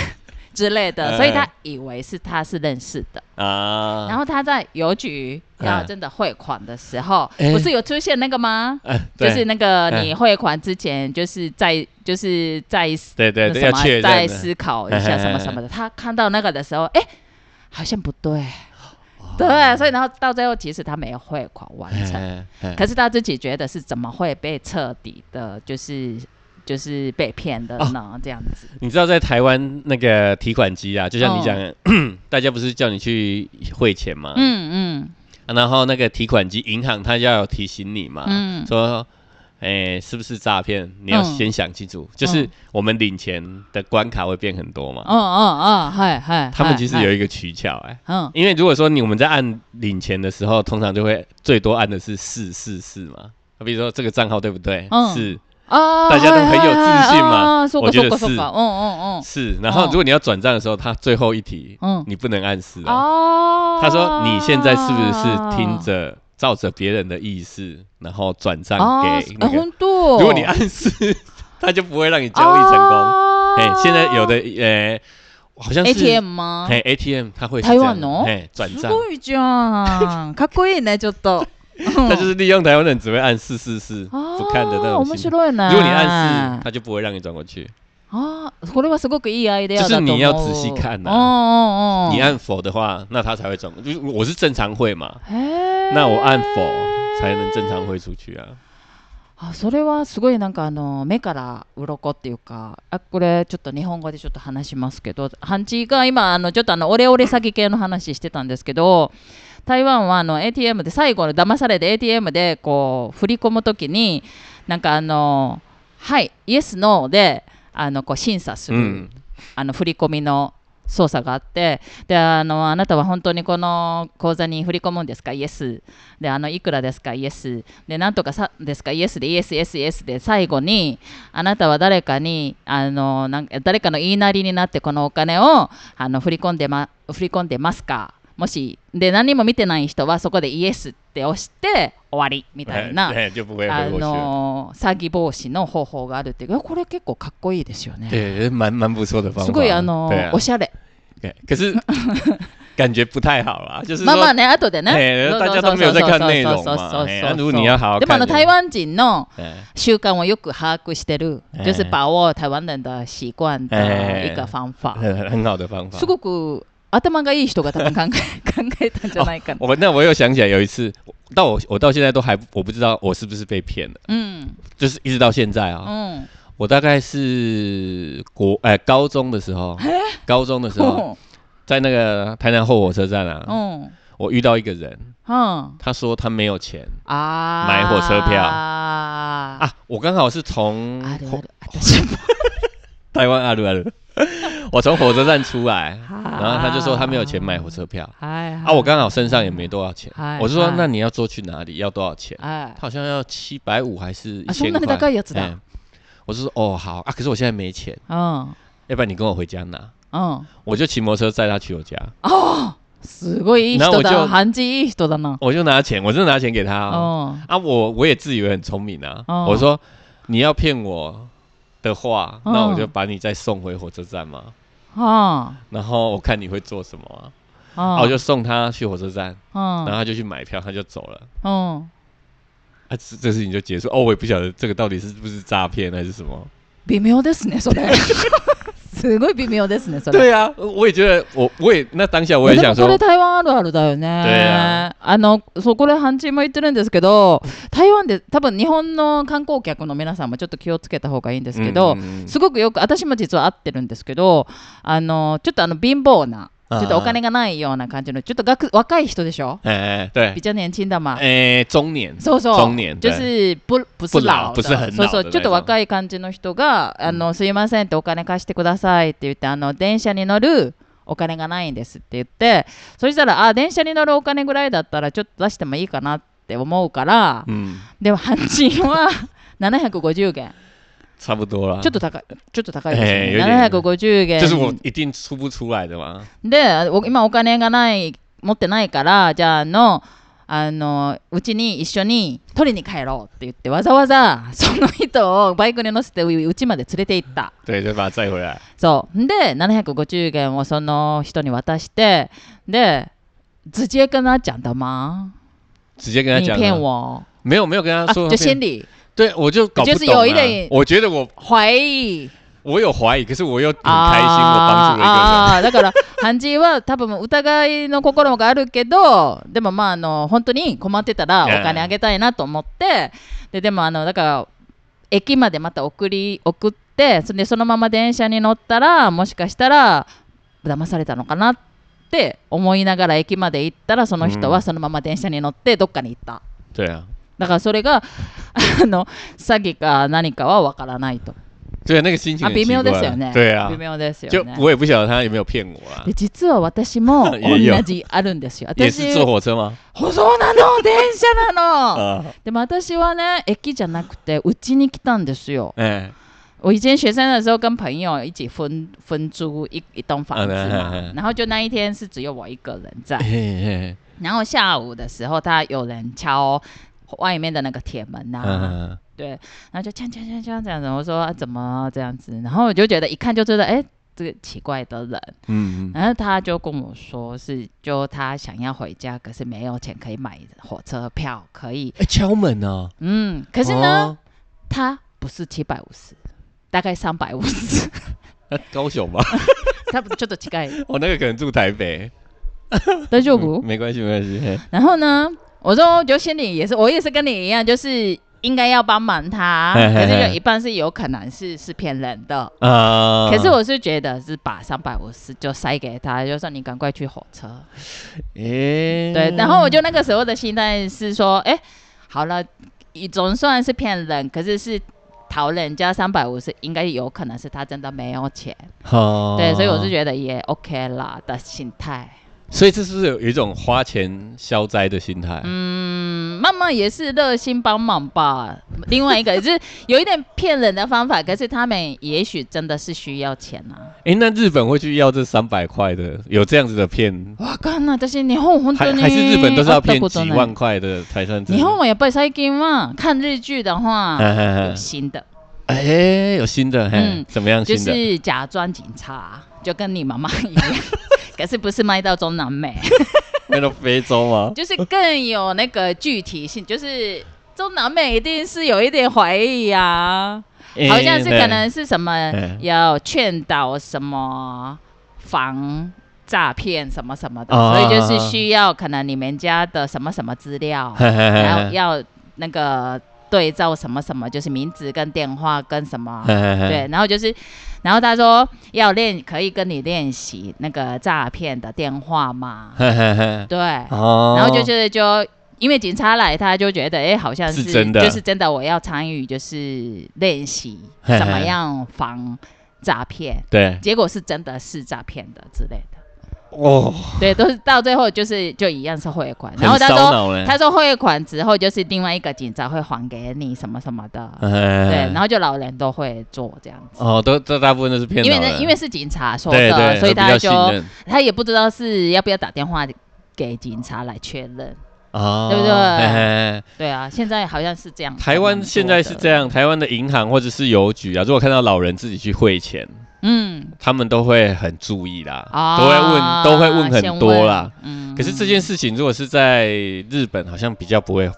Speaker 1: 之类
Speaker 2: 哎
Speaker 1: 的，所以他以为是他是认识的。
Speaker 2: 啊，
Speaker 1: 然后他在邮局要
Speaker 2: 哎
Speaker 1: 真的汇款的时候，
Speaker 2: 哎
Speaker 1: 不是有出现那个吗？
Speaker 2: 哎
Speaker 1: 就
Speaker 2: 对
Speaker 1: 是那个
Speaker 2: 哎
Speaker 1: 你汇款之前，就是在就是在
Speaker 2: 对对对，
Speaker 1: 什
Speaker 2: 要
Speaker 1: 么
Speaker 2: 确认
Speaker 1: 再
Speaker 2: 的哎
Speaker 1: 思考一下什么什么的。他看到那个的时候，哎、好像不对， 对，所以然后到最后，其实他没有汇款完成，
Speaker 2: 哦哎哎
Speaker 1: 可是他自己觉得是怎么会被彻底的，就是就是被骗的
Speaker 2: 哦
Speaker 1: 呢？这样子，
Speaker 2: 你知道在台湾那个提款机啊，就像你讲， 大家不是叫你去汇钱嘛，
Speaker 1: 哦嗯
Speaker 2: 啊然后那个提款机银行它要有提醒你嘛，
Speaker 1: 嗯嗯，
Speaker 2: 说，哎，是不是诈骗？你要
Speaker 1: 嗯
Speaker 2: 先想清楚，就是
Speaker 1: 嗯
Speaker 2: 我们领钱的关卡会变很多 嘛，
Speaker 1: 哦嗯哦哦，嗨嗨，
Speaker 2: 他们其实
Speaker 1: 嗨
Speaker 2: 有，一个取巧哎。
Speaker 1: 嗨嗯
Speaker 2: 因为如果说你我们在按领钱的时候，通常就会最多按的是四四四嘛。比如说这个账号对不对？
Speaker 1: 嗯
Speaker 2: 是
Speaker 1: 哦，
Speaker 2: 大家都很有自信嘛
Speaker 1: 嘛
Speaker 2: 我觉得是
Speaker 1: 嗯嗯
Speaker 2: 是。然后如果你要转账的时候，他最后一题
Speaker 1: 嗯
Speaker 2: 你不能按四
Speaker 1: 嗯，
Speaker 2: 哦。
Speaker 1: 哦，
Speaker 2: 他说你现在是不是听着照着别人的意思，然后转账
Speaker 1: 哦
Speaker 2: 给，那
Speaker 1: 哎
Speaker 2: 个？
Speaker 1: 红度，
Speaker 2: 如果你按四，他就不会让你交易成功。
Speaker 1: 哦
Speaker 2: 哎，现在有的呃，好像是
Speaker 1: ATM 吗？
Speaker 2: 哎 ATM 他会是
Speaker 1: 台湾
Speaker 2: 这样
Speaker 1: 哦
Speaker 2: 哎转
Speaker 1: す
Speaker 2: 账，
Speaker 1: ごいじゃん。かっこいいね、ちょっと。
Speaker 2: 他就是利用台湾人只会按四四四
Speaker 1: 哦
Speaker 2: 不看的那
Speaker 1: あー
Speaker 2: 种
Speaker 1: 面
Speaker 2: 心态。
Speaker 1: 白いね。
Speaker 2: 如果你按四，他就不会让你转过去。
Speaker 1: あーこれはすごくいいアイデアだと思う。
Speaker 2: 就是你要仔细看啊
Speaker 1: 哦哦哦。
Speaker 2: 你按否的话，那他才会转过。就是我是正常会嘛，
Speaker 1: へー
Speaker 2: 那我按否才能正常会出去啊。
Speaker 1: あそれはすごいなんかあの目から鱗っていうかあこれちょっと日本語でちょっと話しますけどハンチが今あのちょっとあのオレオレ詐欺系の話してたんですけど台湾はあの ATM で最後の騙されて ATM でこう振り込むときになんかあのはいイエスノーであのこう審査す
Speaker 2: う
Speaker 1: る、
Speaker 2: ん。
Speaker 1: あの振り込みの操作があってであのあなたは本当にこの口座に振り込むんですかイエスであのいくらですかイエスでなんとかさですかイエスでイエスイエスイエスで最後にあなたは誰かにあのなん誰かの言いなりになってこのお金をあの振り込んでま振り込んでますかもしで何も見てない人はそこでイエスって押して終わりみたいな、
Speaker 2: 哎哎就不会
Speaker 1: あ
Speaker 2: 回过去了。
Speaker 1: のー詐欺防止の方法があるっていういやこれ結構かっこいいですよね。
Speaker 2: 对，蛮蛮不错的方法。
Speaker 1: すごいあの
Speaker 2: 对
Speaker 1: ー
Speaker 2: 啊
Speaker 1: おしゃれ。
Speaker 2: 对可是感觉不太好啦，就是
Speaker 1: まあまあ
Speaker 2: 说，
Speaker 1: ね後でね
Speaker 2: え。
Speaker 1: そう
Speaker 2: 大
Speaker 1: そうそ
Speaker 2: 家
Speaker 1: う
Speaker 2: 都没有在看
Speaker 1: そう
Speaker 2: 内容
Speaker 1: そう
Speaker 2: 嘛
Speaker 1: そう
Speaker 2: え
Speaker 1: そう
Speaker 2: 那如果你要好好
Speaker 1: でもあの
Speaker 2: 看
Speaker 1: 台湾人の
Speaker 2: 哎
Speaker 1: 習慣をよく把握してる、
Speaker 2: ええ
Speaker 1: 就是把握台湾人的習慣的一个方法。
Speaker 2: 很很好的方法
Speaker 1: す。ごく頭がいい人が多分考え 考えたんじゃないか な。
Speaker 2: 我那我又想起来有一次，到我我到现在都还我不知道我是不是被骗了，
Speaker 1: うん
Speaker 2: 就是一直到现在
Speaker 1: う
Speaker 2: 啊，
Speaker 1: ん。
Speaker 2: 我大概是国哎高中的时候，高中的时
Speaker 1: 哦
Speaker 2: 候在那个台南后火车站
Speaker 1: うん。
Speaker 2: 啊，
Speaker 1: うん。
Speaker 2: 我遇到一个人，
Speaker 1: あ
Speaker 2: 他说他没有钱
Speaker 1: あ。
Speaker 2: 买火车票
Speaker 1: あ
Speaker 2: 啊，我刚好是从
Speaker 1: あるある。私 も。
Speaker 2: 台湾阿鲁阿鲁， 我从火车站出来，
Speaker 1: 然
Speaker 2: 然后他就说他没有钱买火车票
Speaker 1: はいはい。
Speaker 2: 啊，我刚好身上也没多少钱
Speaker 1: 嗨，
Speaker 2: 我就说
Speaker 1: 嗨
Speaker 2: 那你要坐去哪里，要多少钱？
Speaker 1: はい
Speaker 2: 他好像要七百五还是一
Speaker 1: 啊
Speaker 2: 千
Speaker 1: 送那个大概
Speaker 2: 块
Speaker 1: 有知道
Speaker 2: 哎我就说哦好啊，可是我现在没钱，
Speaker 1: うん。
Speaker 2: 要不然你跟我回家拿，
Speaker 1: うん。
Speaker 2: 我就骑摩托车载他去我家，
Speaker 1: 哦すごいいい人
Speaker 2: なお
Speaker 1: だ。
Speaker 2: じょ
Speaker 1: 感じいい人だな。
Speaker 2: 我就拿钱，我真的拿钱给他
Speaker 1: う
Speaker 2: 哦
Speaker 1: ん。
Speaker 2: 啊，我我也自以为很聪明啊，
Speaker 1: 哦
Speaker 2: 我说你要骗我的话，那我
Speaker 1: 哦
Speaker 2: 就把你再送回火车站嘛，
Speaker 1: は
Speaker 2: 然后我看你会做什么啊。
Speaker 1: あ。は
Speaker 2: 啊，我就送他去火车站，
Speaker 1: 嗯
Speaker 2: 然后他就去买票，他就走了。
Speaker 1: 嗯，
Speaker 2: 啊，这这事情就结束。哦，我也不晓得这个到底是不是诈骗还是什么。
Speaker 1: 微妙ですね、それ。すごい微妙ですね、それ。
Speaker 2: 对啊，我也觉得我我也那当下我也
Speaker 1: で
Speaker 2: 想
Speaker 1: もこ
Speaker 2: 说
Speaker 1: れ，台湾あるあるだよ
Speaker 2: 对
Speaker 1: ね
Speaker 2: 啊。
Speaker 1: あの、そう、これ、ハンチも言ってるんですけど、台湾で、多分日本の観光客の皆さんもちょっと気をつけた方がいいんですけど、
Speaker 2: 嗯
Speaker 1: すごくよく、私も実は会ってるんですけど、あの、ちょっとあの、貧乏な、ちょっとお金
Speaker 2: が
Speaker 1: がないような感じの、ちょっとがく若い人でしょ
Speaker 2: 哎哎对
Speaker 1: 比，较年轻だま。
Speaker 2: 哎中年，
Speaker 1: そうそう。
Speaker 2: 中年
Speaker 1: 就
Speaker 2: 对
Speaker 1: 是不不是
Speaker 2: 不老
Speaker 1: 老的
Speaker 2: 不是很
Speaker 1: そう
Speaker 2: 老
Speaker 1: そう
Speaker 2: 的
Speaker 1: ちょっと
Speaker 2: 那种
Speaker 1: 若い感じの人があのすいませんってお金貸してくださいって言ってあの電車に乗るお金がないんですって言ってそしたらあ電車に乗るお金ぐらいだったらちょっと出してもいいかなって思うから、
Speaker 2: 嗯，
Speaker 1: でも半賃 は750元
Speaker 2: 差不多了。
Speaker 1: ちょっと高いちょっと高いですよね、
Speaker 2: えー有点
Speaker 1: 750元
Speaker 2: 就是我一定出不出来的嘛。
Speaker 1: でお今お金がない持ってないからじゃああのあのうちに一緒に取りに帰ろうって言ってわざわざ その人をバイクに乗せてううちまで連れて行った
Speaker 2: 对，就把它载回来。
Speaker 1: そうんで750元をその人に渡してで直接跟他讲的吗？
Speaker 2: 直接跟他
Speaker 1: 你
Speaker 2: 讲
Speaker 1: 骗
Speaker 2: 了，
Speaker 1: 我
Speaker 2: 没有没有跟他
Speaker 1: 啊！
Speaker 2: 说
Speaker 1: 就
Speaker 2: 骗，
Speaker 1: 心里
Speaker 2: 对我就搞不
Speaker 1: 就是
Speaker 2: 懂
Speaker 1: 有一
Speaker 2: 啊
Speaker 1: 点
Speaker 2: 我觉得我
Speaker 1: 怀疑
Speaker 2: 我有怀疑，可是我又很
Speaker 1: 啊
Speaker 2: 开心，我帮助了一个
Speaker 1: あー
Speaker 2: 人。
Speaker 1: あーだから、ハンジーは多分疑いの心があるけど、でもまあ、あの、本当に困ってたらお
Speaker 2: うん
Speaker 1: 金あげたいなと思って、で、でもあの、だから、駅までまた送り、送って、それでそのまま電車に乗ったら、もしかしたら、騙されたのかなって思いながら駅まで行ったら、その人
Speaker 2: う
Speaker 1: は
Speaker 2: ん
Speaker 1: そのまま電車に乗ってどっかに行った。
Speaker 2: 对啊，
Speaker 1: だからそれ が、あの、詐欺か何かはわからないと。
Speaker 2: 对，啊那个心情
Speaker 1: あ
Speaker 2: 很
Speaker 1: 微妙で
Speaker 2: 奇怪
Speaker 1: すよね。
Speaker 2: 对啊
Speaker 1: 微，妙ですよ
Speaker 2: 就
Speaker 1: ね。
Speaker 2: 我也不晓得他有没有骗我啊
Speaker 1: で。実は私も
Speaker 2: いや
Speaker 1: 同じあるんですよ。
Speaker 2: 也
Speaker 1: 私
Speaker 2: 是坐火车吗？
Speaker 1: ほそうな の電車なの
Speaker 2: 啊，
Speaker 1: でも私はね駅じゃなくてうちに来たんですよ。
Speaker 2: 哎，
Speaker 1: 我以前学生的时候跟朋友一起分分租一一栋房子嘛
Speaker 2: 嗯嗯嗯，嗯
Speaker 1: 然后就那一天是只有我一个人在
Speaker 2: 嘿，嘿
Speaker 1: 然后下午的时候他有人敲外面的那个铁门呐、
Speaker 2: 嗯，
Speaker 1: 对，然后就锵锵锵锵这样子，我说、啊、怎么这样子，然后我就觉得一看就知道，哎，这个奇怪的人。
Speaker 2: 嗯，嗯
Speaker 1: 然后他就跟我说是，就他想要回家，可是没有钱可以买火车票，可以，
Speaker 2: 哎，敲门哦。
Speaker 1: 嗯，可
Speaker 2: 可
Speaker 1: 是呢，，
Speaker 2: 哦
Speaker 1: 他不是七百五十，大概三百五 十，
Speaker 2: 高雄吧，
Speaker 1: 他不就这乞丐
Speaker 2: 我那个可能住台北，
Speaker 1: 大丈
Speaker 2: 嗯
Speaker 1: 夫？
Speaker 2: 没关系，没关系。嘿
Speaker 1: 然后呢，我说就心里也是，我也是跟你一样，就是应该要帮忙他，
Speaker 2: 嘿嘿
Speaker 1: 可是
Speaker 2: 嘿
Speaker 1: 有一半是有可能是是骗人的。
Speaker 2: 啊，
Speaker 1: 可是，我是觉得是把三百五十就塞给他，就说你赶快去火车。
Speaker 2: 哎，
Speaker 1: 对，然后我就那个时候的心态是说，哎、好了，你总算是骗人，可是是讨人家三百五十，应该有可能是他真的没有钱，
Speaker 2: 好，
Speaker 1: 对，所以我是觉得也 OK 啦的心态。
Speaker 2: 所以这是不是有有一种花钱消灾的心态？
Speaker 1: 嗯，嗯，慢慢也是热心帮忙吧。另外一个也是有一点骗人的方法，可是他们也许真的是需要钱啊。
Speaker 2: 哎、那日本会去要这三百块的，有这样子的骗，
Speaker 1: わかんない。私日本本当
Speaker 2: 还
Speaker 1: に
Speaker 2: 还是日本都是要
Speaker 1: 会っ
Speaker 2: 骗
Speaker 1: たこと
Speaker 2: 几
Speaker 1: ない
Speaker 2: 万块的才算真
Speaker 1: 日
Speaker 2: 的？
Speaker 1: 本はやっぱり最近は看日剧的话，
Speaker 2: 哎哎哎
Speaker 1: 有新的，
Speaker 2: 哎、有新的，嘿，
Speaker 1: 嗯
Speaker 2: 怎么样
Speaker 1: 就
Speaker 2: 新的？
Speaker 1: 是假装警察，就跟你妈妈一 样，可是不是卖到中南美，
Speaker 2: 那个非洲吗？
Speaker 1: 就是更有那个具体性，就是中南美一定是有一点怀疑啊，好像是
Speaker 2: 哎
Speaker 1: 可能是什么
Speaker 2: 嗯
Speaker 1: 要劝导什么防诈骗什么什么的，
Speaker 2: 哦
Speaker 1: 所以就是需要可能你们家的什么什么资料，
Speaker 2: 嘿嘿嘿嘿
Speaker 1: 然后要那个对照什么什么，就是名字跟电话跟什么。
Speaker 2: 嘿嘿嘿
Speaker 1: 对，然后就是，然后他说要练，可以跟你练习那个诈骗的电话嘛？
Speaker 2: 嘿嘿嘿，
Speaker 1: 对，然
Speaker 2: 嗯哦，
Speaker 1: 后就是就因为警察来，他就觉得哎、诶好像
Speaker 2: 是
Speaker 1: 是
Speaker 2: 真的
Speaker 1: 就是真的，我要参与就是练习
Speaker 2: 嘿嘿
Speaker 1: 怎么样防诈骗，
Speaker 2: 对，
Speaker 1: 结果是真的是诈骗的之类的。
Speaker 2: 哦，
Speaker 1: 对，都是到最后就是就一样是汇款，
Speaker 2: 很
Speaker 1: 然后他
Speaker 2: 烧
Speaker 1: 说
Speaker 2: 脑嗯嘞
Speaker 1: 他说汇款之后就是另外一个警察会还给你什么什么的，
Speaker 2: 哎
Speaker 1: 对，
Speaker 2: 哎
Speaker 1: 然后就老人都会做这样子。
Speaker 2: 哦，都这大部分都是骗
Speaker 1: 因为
Speaker 2: 老
Speaker 1: 呢，
Speaker 2: 人
Speaker 1: 因为是警察说
Speaker 2: 对
Speaker 1: 的，
Speaker 2: 对，
Speaker 1: 所以
Speaker 2: 都比
Speaker 1: 他
Speaker 2: 较信
Speaker 1: 就
Speaker 2: 任
Speaker 1: 他也不知道是要不要打电话给警察来确认。
Speaker 2: 哦，
Speaker 1: 对不对
Speaker 2: 嘿嘿嘿
Speaker 1: 对啊，现在好像是这样。
Speaker 2: 台湾现在是这，样，台湾的银行或者是邮局啊，如果看到老人自己去汇钱，
Speaker 1: 嗯，
Speaker 2: 他们都会很注意啦，
Speaker 1: 啊，
Speaker 2: 都会问，都会问很多啦。
Speaker 1: 先问，嗯。
Speaker 2: 可是这件事情如果是在日本，好像比较不会，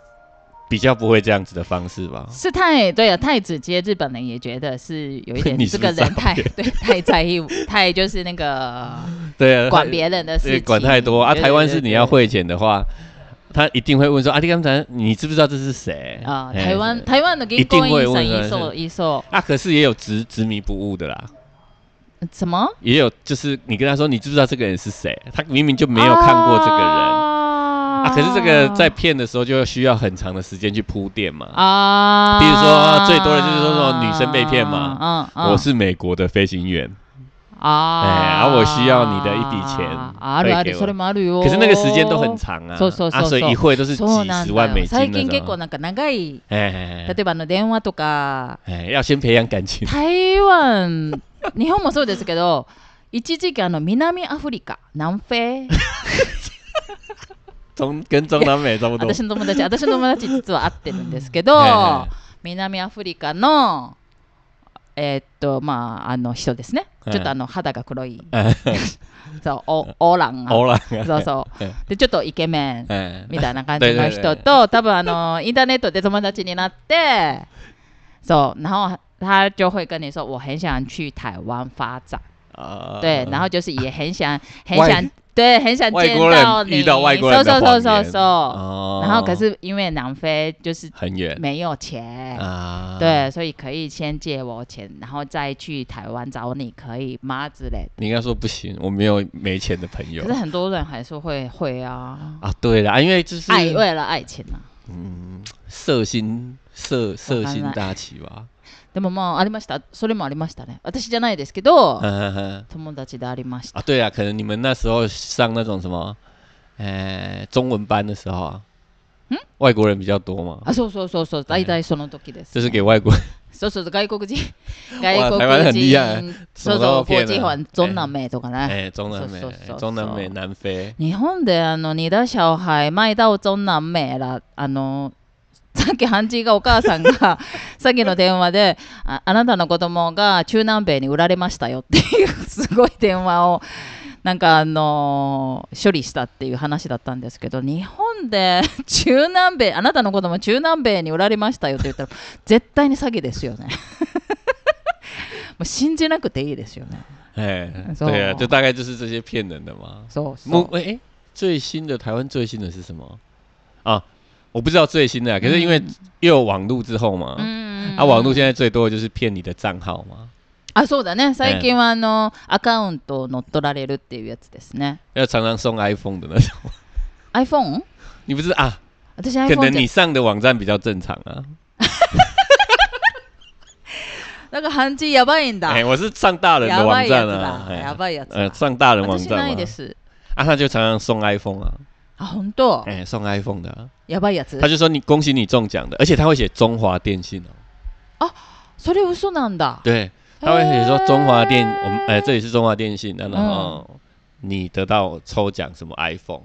Speaker 2: 比较不会这样子的方式吧？
Speaker 1: 是太对啊，太直接，日本人也觉得是有一点
Speaker 2: 你
Speaker 1: 这
Speaker 2: 是不是
Speaker 1: 个人
Speaker 2: 诈
Speaker 1: 太
Speaker 2: 骗
Speaker 1: 对太在意，太就是那个
Speaker 2: 对啊，
Speaker 1: 管别人的事
Speaker 2: 对
Speaker 1: 情，
Speaker 2: 管太多啊。
Speaker 1: 对
Speaker 2: 台湾是你要。
Speaker 1: 对对对
Speaker 2: 汇钱的话，他一定会问说：“啊，你刚才你知不知道这是谁？”
Speaker 1: 啊，
Speaker 2: 嘿
Speaker 1: 台湾台湾的给
Speaker 2: 哎一定
Speaker 1: 供
Speaker 2: 会
Speaker 1: 应商
Speaker 2: 问
Speaker 1: 一
Speaker 2: 的
Speaker 1: 售一售
Speaker 2: 啊，可是也有执执迷不悟的啦，
Speaker 1: 什么？
Speaker 2: 也有就是你跟他说你知不知道这个人是谁，他明明就没有看过这个人。
Speaker 1: 啊
Speaker 2: 啊，可是这个在骗的时候就需要很长的时间去铺垫嘛。
Speaker 1: 啊，
Speaker 2: 比如说最多的就是说那种女生被骗嘛，
Speaker 1: 嗯，嗯
Speaker 2: 我是美国的飞行员，
Speaker 1: 啊，
Speaker 2: 哎啊我需要你的一笔钱
Speaker 1: あるある
Speaker 2: 汇给我
Speaker 1: それもあるよ。
Speaker 2: 可是那个时间都很长啊，
Speaker 1: そうそうそうそう
Speaker 2: 啊，所以一汇都是
Speaker 1: そう
Speaker 2: 几
Speaker 1: なんだよ。
Speaker 2: 十万美金
Speaker 1: 最
Speaker 2: 那
Speaker 1: 近結構
Speaker 2: 种。
Speaker 1: なんか長い、
Speaker 2: 哎
Speaker 1: 例
Speaker 2: 哎哎
Speaker 1: えばあの電話とか、
Speaker 2: 哎，要先培养感情。
Speaker 1: 台湾、日本もそうですけど、一時期あの南アフリカ、南非、
Speaker 2: 中跟中南美差不多。
Speaker 1: 私の友達、私の友達実は会ってるんですけど
Speaker 2: はいはいはい、
Speaker 1: 南アフリカの、えーっと、まあ、あの人ですね。
Speaker 2: はい
Speaker 1: ちょっとあの肌が黒い、
Speaker 2: 哎，
Speaker 1: そう、オオーランが
Speaker 2: 欧了。
Speaker 1: そうそ
Speaker 2: え
Speaker 1: う。で、ちょっとイケメン
Speaker 2: 哎，
Speaker 1: みたいな感じの人
Speaker 2: 对
Speaker 1: と、多分あの、インターネットで友達になって、そう、然后他就会跟你说，我很想去台湾发展，
Speaker 2: 啊
Speaker 1: 对，然后就是也很想，很
Speaker 2: 外
Speaker 1: 想，对，很想
Speaker 2: 外
Speaker 1: 见
Speaker 2: 国人
Speaker 1: 到你，
Speaker 2: 遇到外国人的
Speaker 1: so- so- so-
Speaker 2: 谎
Speaker 1: so-
Speaker 2: 言
Speaker 1: so
Speaker 2: 哦
Speaker 1: 然后可是因为南非就是
Speaker 2: 很远
Speaker 1: 没有钱，
Speaker 2: 啊，
Speaker 1: 对，所以可以先借我钱，然后再去台湾找你，可以吗？之类的。
Speaker 2: 你应该说不行，我没有没钱的朋友
Speaker 1: 可是很多人还是会会啊，
Speaker 2: 啊。对啦，因为就是
Speaker 1: 爱为了爱情啊。
Speaker 2: 嗯，色心色色
Speaker 1: わかん
Speaker 2: 心
Speaker 1: ない
Speaker 2: 大起吧。
Speaker 1: でもまあありました。それもありましたね。私じゃないですけど、
Speaker 2: 嗯哼哼
Speaker 1: 友達でありました。
Speaker 2: 啊，对啊，可能你们那时候上那种什么，呃，中文班的时候啊，嗯，外国人比较多嘛，
Speaker 1: あ、そうそうそうそう。大体その時です、
Speaker 2: 就是给外国人
Speaker 1: そうそうそう外 国人、
Speaker 2: 哇
Speaker 1: 外
Speaker 2: 台湾
Speaker 1: 国
Speaker 2: 很厉
Speaker 1: 人
Speaker 2: 害，
Speaker 1: そうそ
Speaker 2: 什么都
Speaker 1: う国
Speaker 2: 骗
Speaker 1: 际
Speaker 2: 了
Speaker 1: 法中南美とかね。
Speaker 2: 哎，中南美
Speaker 1: そうそうそ、う
Speaker 2: 中南美、南非，
Speaker 1: 日本であの似た上海前到中南米らあのさっきハンジがお母さんが さっきの電話でああなたの子供が中南米に売られましたよっていうすごい電話をなんかあの処理したっていう話だったんですけど日本で 中南米あなたの子供中南米に売られましたよって言ったら絶対に詐欺です よねもう信じなくていいですよね
Speaker 2: 哎，
Speaker 1: そう
Speaker 2: 对啊，就大概就是这些骗人的嘛。
Speaker 1: そうそ
Speaker 2: 目
Speaker 1: う
Speaker 2: 哎、最新的台湾最新的是什么啊？我不知道最新的、啊，可是因为又有网络之后嘛，
Speaker 1: うん
Speaker 2: 啊，网络现在最多的就是骗你的账号嘛，
Speaker 1: あそうだね最近はあの、アカウントを乗っ取られるっていうやつですね
Speaker 2: 要常常送 iPhone 的那种。
Speaker 1: iPhone?
Speaker 2: 你不是啊？
Speaker 1: 私
Speaker 2: 可
Speaker 1: iPhone
Speaker 2: 能
Speaker 1: じ
Speaker 2: 你上的网站比较正常啊。
Speaker 1: ゃなんか半地やばいんだ、
Speaker 2: 哎、我是上大人的
Speaker 1: やば
Speaker 2: 网
Speaker 1: いや
Speaker 2: 站
Speaker 1: つ
Speaker 2: 啊
Speaker 1: だ、。
Speaker 2: 哎
Speaker 1: やばいやつだ、
Speaker 2: 呃，上大人网
Speaker 1: 私な
Speaker 2: 站
Speaker 1: い
Speaker 2: 嘛
Speaker 1: で。す
Speaker 2: 啊，他就常常送 iPhone 啊。
Speaker 1: あ本当
Speaker 2: 哎、送 iPhone 的啊、
Speaker 1: やばいやつ
Speaker 2: 他就说你恭喜你中奖的，而且他会写中华电信哦，
Speaker 1: それ嘘なんだ
Speaker 2: 对，他会写说
Speaker 1: へー
Speaker 2: 中华电，我们哎、这里是中华电信，然后、你得到抽奖什么 iPhone，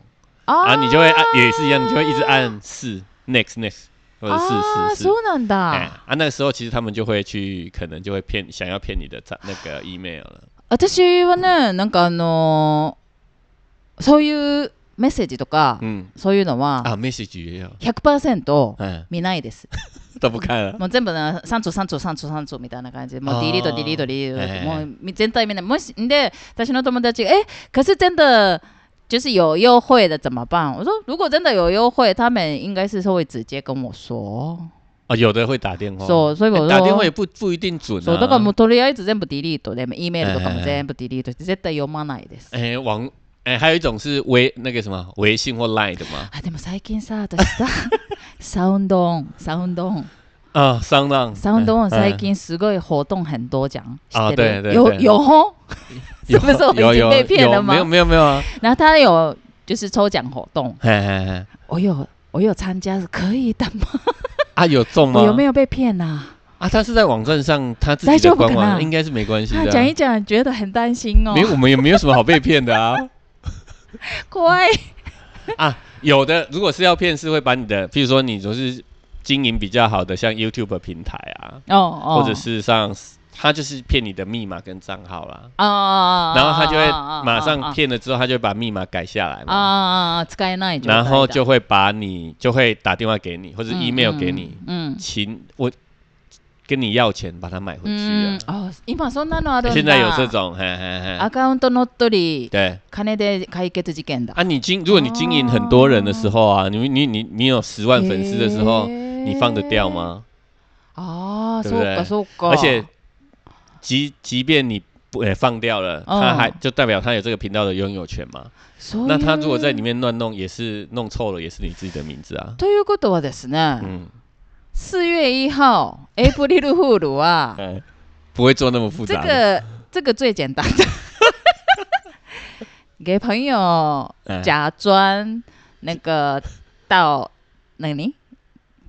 Speaker 1: あ
Speaker 2: 啊，你就会按也是一样，你就会一直按四 next next 或者
Speaker 1: あ
Speaker 2: 四
Speaker 1: ー
Speaker 2: 四四
Speaker 1: そ。うなんだ、
Speaker 2: 哎啊，那个时候其实他们就会去，可能就会骗，想要骗你的账那个 email 了。
Speaker 1: 私はねなんかあのーそういうメッセージとか、
Speaker 2: 嗯，
Speaker 1: そういうのは
Speaker 2: 啊，message 也有，
Speaker 1: 100%
Speaker 2: 嗯，
Speaker 1: 見ないです
Speaker 2: 都不看了。
Speaker 1: もう全部な3つ3つ3つ3つみたいな感じでも
Speaker 2: あ
Speaker 1: うデ
Speaker 2: ー
Speaker 1: ィリートディリートディリ
Speaker 2: え
Speaker 1: ー
Speaker 2: え
Speaker 1: トもうみ全体見ないもしで私の友達がえ可是真的就是有优惠的怎么办？我说如果真的有优惠，他们应该是会直接跟我说。
Speaker 2: 啊，有的会打电话，
Speaker 1: そうそういえば
Speaker 2: 哎打电话也不不一定准
Speaker 1: そうだからもう。
Speaker 2: 啊
Speaker 1: とりあえず全部ディリートで、E メールとか
Speaker 2: え
Speaker 1: も
Speaker 2: え
Speaker 1: 全部ディリートして絶対読まないです。
Speaker 2: 哎，网哎，还有一种是微那个什么微信或 Line 的嘛。
Speaker 1: あでも最近さ私 さサウンドオンサウンドオン
Speaker 2: 啊，商浪
Speaker 1: サウンドオン最。
Speaker 2: 嗯
Speaker 1: 近すごい活动很多じゃん。知
Speaker 2: あ
Speaker 1: ってる
Speaker 2: 对对
Speaker 1: 有
Speaker 2: 对
Speaker 1: 有是
Speaker 2: 有
Speaker 1: 不是我
Speaker 2: 有
Speaker 1: 已经
Speaker 2: 有
Speaker 1: 被骗了
Speaker 2: 有没有
Speaker 1: 吗？
Speaker 2: 没有没有啊。
Speaker 1: 然后他有就是抽奖活动，
Speaker 2: 嘿嘿嘿，
Speaker 1: 我有我有参加，是可以的吗？
Speaker 2: 啊，有中吗？
Speaker 1: 我有没有被骗呐、
Speaker 2: 啊？他是在网站上他自己的官
Speaker 1: 大丈夫か
Speaker 2: 网，啊
Speaker 1: な
Speaker 2: 应该是没关系
Speaker 1: 啊他
Speaker 2: 的
Speaker 1: 讲一
Speaker 2: 啊。
Speaker 1: 讲，觉得很担心哦
Speaker 2: 没，，我们也没有什么好被骗的啊。
Speaker 1: 乖，
Speaker 2: 啊，有的，如果是要骗，是会把你的，譬如说你就是经营比较好的，像 YouTube 平台啊，
Speaker 1: 哦哦，
Speaker 2: 或者事实上他就是骗你的密码跟账号啦，
Speaker 1: 啊啊，
Speaker 2: 然后他就会马上骗了之后，他就会把密码改下来
Speaker 1: 啊
Speaker 2: 嘛，
Speaker 1: 啊啊，使えない状態だ，
Speaker 2: 然后就会把你就会打电话给你或者 email 给你，
Speaker 1: 嗯，
Speaker 2: 请我跟你要钱把它买回
Speaker 1: 嗯，嗯啊
Speaker 2: 去啊。哎
Speaker 1: 哦，今そんなのあるんだ。
Speaker 2: 现在有这种，嘿嘿嘿
Speaker 1: ア，カウント乗っ取り
Speaker 2: 对。
Speaker 1: 金で解決事件だ。
Speaker 2: 啊，你经如果你经营很多人的时候
Speaker 1: 哦
Speaker 2: 啊，你你你你有十万粉丝的时候，
Speaker 1: へー
Speaker 2: 你放得掉？吗？
Speaker 1: ああ、そ
Speaker 2: 对不
Speaker 1: う
Speaker 2: 对
Speaker 1: かそうか。
Speaker 2: 而且，即即便你不也、放掉了，
Speaker 1: 嗯哦
Speaker 2: 他还就代表他有这个频道的拥有权嘛。
Speaker 1: そういう
Speaker 2: 那他如果在里面乱弄，也是弄错了，也是你自己的名字啊。
Speaker 1: ということはですね。
Speaker 2: 嗯，
Speaker 1: 四月一号，April Fool 啊，
Speaker 2: 哎， 不会做那么复
Speaker 1: 这
Speaker 2: 杂的。
Speaker 1: 个这个最简单的， 给朋友
Speaker 2: 哎
Speaker 1: 假装那个盗，那你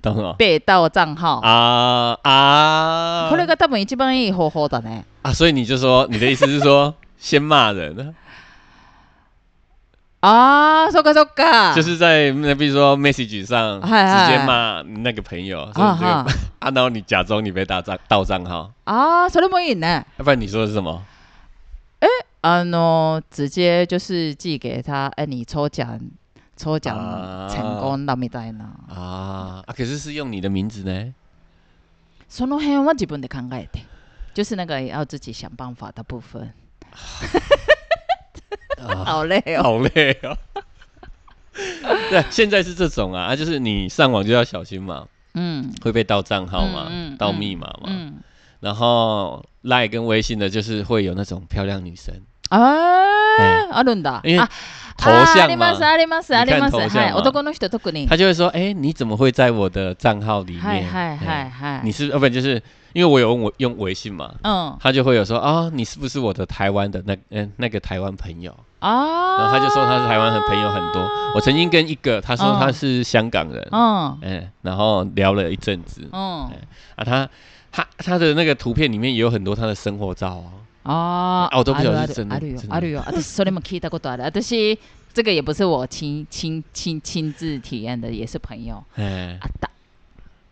Speaker 2: 懂了
Speaker 1: 被盗账号，
Speaker 2: 啊啊！
Speaker 1: これが多分一番いい方法だね。
Speaker 2: 啊，所以你就说你的意思是 说先骂人，
Speaker 1: ああ、そっかそっか。
Speaker 2: 就是在那比如说 message 上直
Speaker 1: 哎哎
Speaker 2: 接
Speaker 1: 哎
Speaker 2: 骂那个朋友，说
Speaker 1: 啊
Speaker 2: 你这个
Speaker 1: 哈
Speaker 2: 啊，然后你假装你被打账盗账号，
Speaker 1: 啊，それもいいね。
Speaker 2: 要不然你说的是什么？
Speaker 1: あの直接就是寄给他，哎，你抽奖抽奖
Speaker 2: 啊
Speaker 1: 成功だみたいな。
Speaker 2: 啊啊！可是是用你的名字呢？
Speaker 1: その辺は自分で考えて。就是那个要自己想办法的部分。
Speaker 2: 啊，
Speaker 1: 好累哦。
Speaker 2: 好累哦。 对，现在是这种啊，啊就是你上网就要小心嘛，
Speaker 1: 嗯
Speaker 2: 会被盗账号嘛，
Speaker 1: 嗯嗯
Speaker 2: 盗密码嘛。
Speaker 1: 嗯，
Speaker 2: 然后赖跟微信的，就是会有那种漂亮女生，
Speaker 1: 哎，あるんだ。
Speaker 2: 因为
Speaker 1: あ
Speaker 2: 头
Speaker 1: ああ
Speaker 2: 像
Speaker 1: ります
Speaker 2: 嘛，
Speaker 1: ありますあ
Speaker 2: 你看
Speaker 1: ります。
Speaker 2: 头像
Speaker 1: はい、
Speaker 2: 嘛
Speaker 1: 男の人特に。
Speaker 2: 他就会说：“哎、你怎么会在我的账号里面？”
Speaker 1: はいはいはい
Speaker 2: 哎
Speaker 1: はい。
Speaker 2: 你是要不然就是因为我有用我用微信嘛，
Speaker 1: 嗯
Speaker 2: 他就会有说：“啊，你是不是我的台湾的那嗯、那个台湾朋友？”
Speaker 1: 啊，
Speaker 2: 然后他就说他是台湾很朋友很多。
Speaker 1: 哦
Speaker 2: 我曾经跟一个他说他是香港人，
Speaker 1: 嗯
Speaker 2: 嗯，然后聊了一阵子
Speaker 1: 嗯
Speaker 2: 啊，他他他的那个图片里面也有很多他的生活照哦。
Speaker 1: 啊，
Speaker 2: 啊我都不晓得
Speaker 1: あ
Speaker 2: 是
Speaker 1: る
Speaker 2: 真的
Speaker 1: あるよ
Speaker 2: 真的
Speaker 1: あるよ。私それも聞いたことある。私这个也不是我亲亲亲亲自体验的，也是朋友。
Speaker 2: 哎，
Speaker 1: 啊大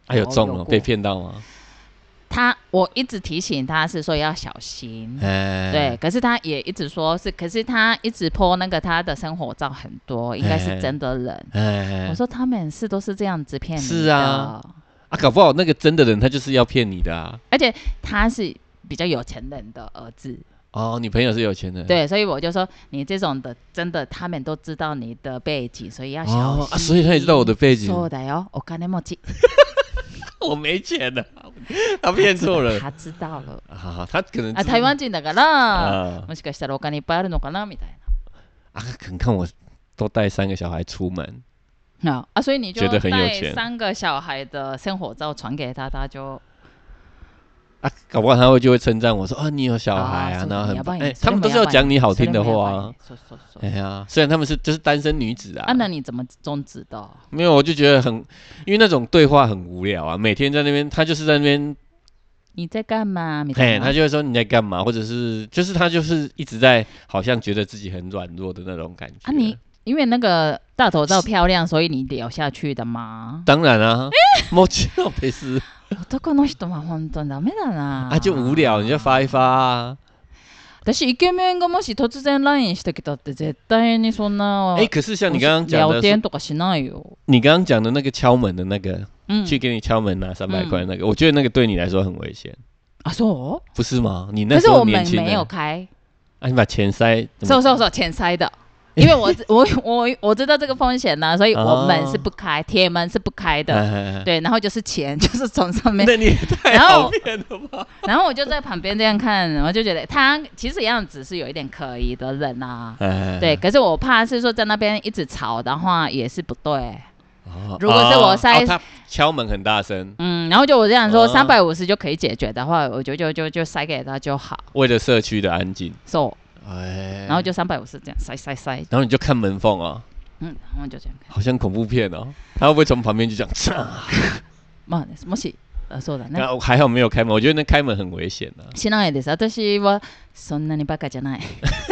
Speaker 2: 还有中
Speaker 1: 哦有
Speaker 2: 了
Speaker 1: 过
Speaker 2: 被骗到哦吗？
Speaker 1: 他我一直提醒他是说要小心。
Speaker 2: 哎，
Speaker 1: 嗯对，，可是他也一直说是，可是他一直 po 那个他的生活照很多，应该
Speaker 2: 哎
Speaker 1: 是真的人。我
Speaker 2: 哎，
Speaker 1: 说他们是都是这样子骗你的，
Speaker 2: 是啊，啊，搞不好那个真的人他就是要骗你的啊。
Speaker 1: 而且他是比较有钱人的儿子，
Speaker 2: 哦，你朋友是有钱人，，
Speaker 1: 对，所以我就说你这种的真的他们都知道你的背景，所以要小心。
Speaker 2: 哦，啊，所以他也知道我的背景，
Speaker 1: そうだよ，お金持ち，
Speaker 2: 我没钱的，他骗错 了。
Speaker 1: 他知道了
Speaker 2: 啊，他可能
Speaker 1: 啊，
Speaker 2: 知
Speaker 1: 台湾人だから、
Speaker 2: 啊
Speaker 1: もしかしたらお金いっぱいあるのかなみたい
Speaker 2: 啊，可能看我都带三个小孩出门，
Speaker 1: な。啊，所以你就
Speaker 2: 觉得很有
Speaker 1: 带
Speaker 2: 钱
Speaker 1: 三个小孩的生活照传给他，他就
Speaker 2: 啊，搞不好他会就会称赞我说啊，你有小孩
Speaker 1: あー
Speaker 2: 啊
Speaker 1: そ，う
Speaker 2: 然后很
Speaker 1: やばい
Speaker 2: 棒
Speaker 1: ね
Speaker 2: 哎，
Speaker 1: それも
Speaker 2: 他们都是要讲你好听的话
Speaker 1: やばい
Speaker 2: 啊
Speaker 1: ね。そうそうそう
Speaker 2: 哎呀，虽然他们是就是单身女子啊
Speaker 1: 啊，，那你怎么终止的？
Speaker 2: 没有，我就觉得很，因为那种对话很无聊啊，每天在那边，他就是在那边，
Speaker 1: 你在干嘛？みた
Speaker 2: 哎，
Speaker 1: い
Speaker 2: 他
Speaker 1: な。
Speaker 2: 就会说你在干嘛，或者是就是他就是一直在好像觉得自己很软弱的那种感觉。
Speaker 1: 啊，你因为那个大头照漂亮，所以你聊下去的 吗？
Speaker 2: 当然啊，莫吉诺佩斯
Speaker 1: 男の人は本当にダメだな。
Speaker 2: 啊，就无聊，你就发一发啊。
Speaker 1: 私イケメンがもし突然 LINE してきたって絶対にそんな
Speaker 2: 哎，可是像你刚刚讲
Speaker 1: 啊哦聊
Speaker 2: 的
Speaker 1: 天
Speaker 2: 是，
Speaker 1: とかしないよ。
Speaker 2: 你刚刚讲的那个敲门的那个，
Speaker 1: うん。
Speaker 2: 去给你敲门拿三百
Speaker 1: 嗯
Speaker 2: 块那个，我觉得那个对你来说很危险，
Speaker 1: あ、そう？
Speaker 2: 不是吗？你那
Speaker 1: 可
Speaker 2: 时
Speaker 1: 是
Speaker 2: 候
Speaker 1: 我
Speaker 2: 年
Speaker 1: 们
Speaker 2: 轻
Speaker 1: 没有
Speaker 2: 的，
Speaker 1: 开。
Speaker 2: 啊，你把钱塞，怎么
Speaker 1: そうそうそう、浅塞的。因 为我知我我我知道这个风险呐、所以我们是不开，铁门是不开
Speaker 2: 哎
Speaker 1: 的。
Speaker 2: 哎哎
Speaker 1: 对，然后就是钱， 就是从上面，
Speaker 2: 那你也太
Speaker 1: 然后
Speaker 2: 好骗了吧？
Speaker 1: 然后我就在旁边这样看，我就觉得他其实样子是有一点可疑的人啊。
Speaker 2: 哎
Speaker 1: 对，，可是我怕是说在那边一直吵的话也是不对。
Speaker 2: 哦
Speaker 1: 如果是我塞
Speaker 2: 哦他敲门很大声，
Speaker 1: 嗯，然后就我这样说，
Speaker 2: 啊
Speaker 1: 三百五十就可以解决的话，我就就就就塞给他就好，
Speaker 2: 为了社区的安静，
Speaker 1: so，
Speaker 2: 哎，
Speaker 1: 然后就三百五十这样塞塞塞，
Speaker 2: 然后你就看门缝啊，
Speaker 1: 嗯，然后就这样看。
Speaker 2: 好像恐怖片哦，他会不会从旁边就这样？嚓
Speaker 1: まあね、もし、あそうだね
Speaker 2: 然。后还好没有开门，我觉得那开门很危险 啊。
Speaker 1: しないです。私はそんなにバカじゃない。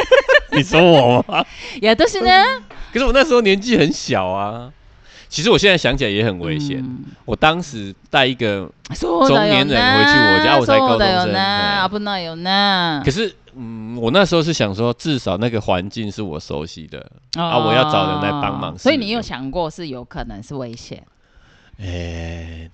Speaker 2: 你说我吗？
Speaker 1: いや、私ね。
Speaker 2: 可是我那时候年纪很小啊。其实我现在想起来也很危险。
Speaker 1: うん
Speaker 2: 我当时带一个，
Speaker 1: そうだよね。
Speaker 2: 中年人回去我家我才高
Speaker 1: そう
Speaker 2: 中生
Speaker 1: だよ
Speaker 2: は
Speaker 1: ね
Speaker 2: い。
Speaker 1: 危ないよね
Speaker 2: 可。是嗯，我那时候是想说，至少那个环境是我熟悉的。啊我要找人来帮忙
Speaker 1: 所以你
Speaker 2: 是
Speaker 1: 有想过是有可能是危险？
Speaker 2: 哎、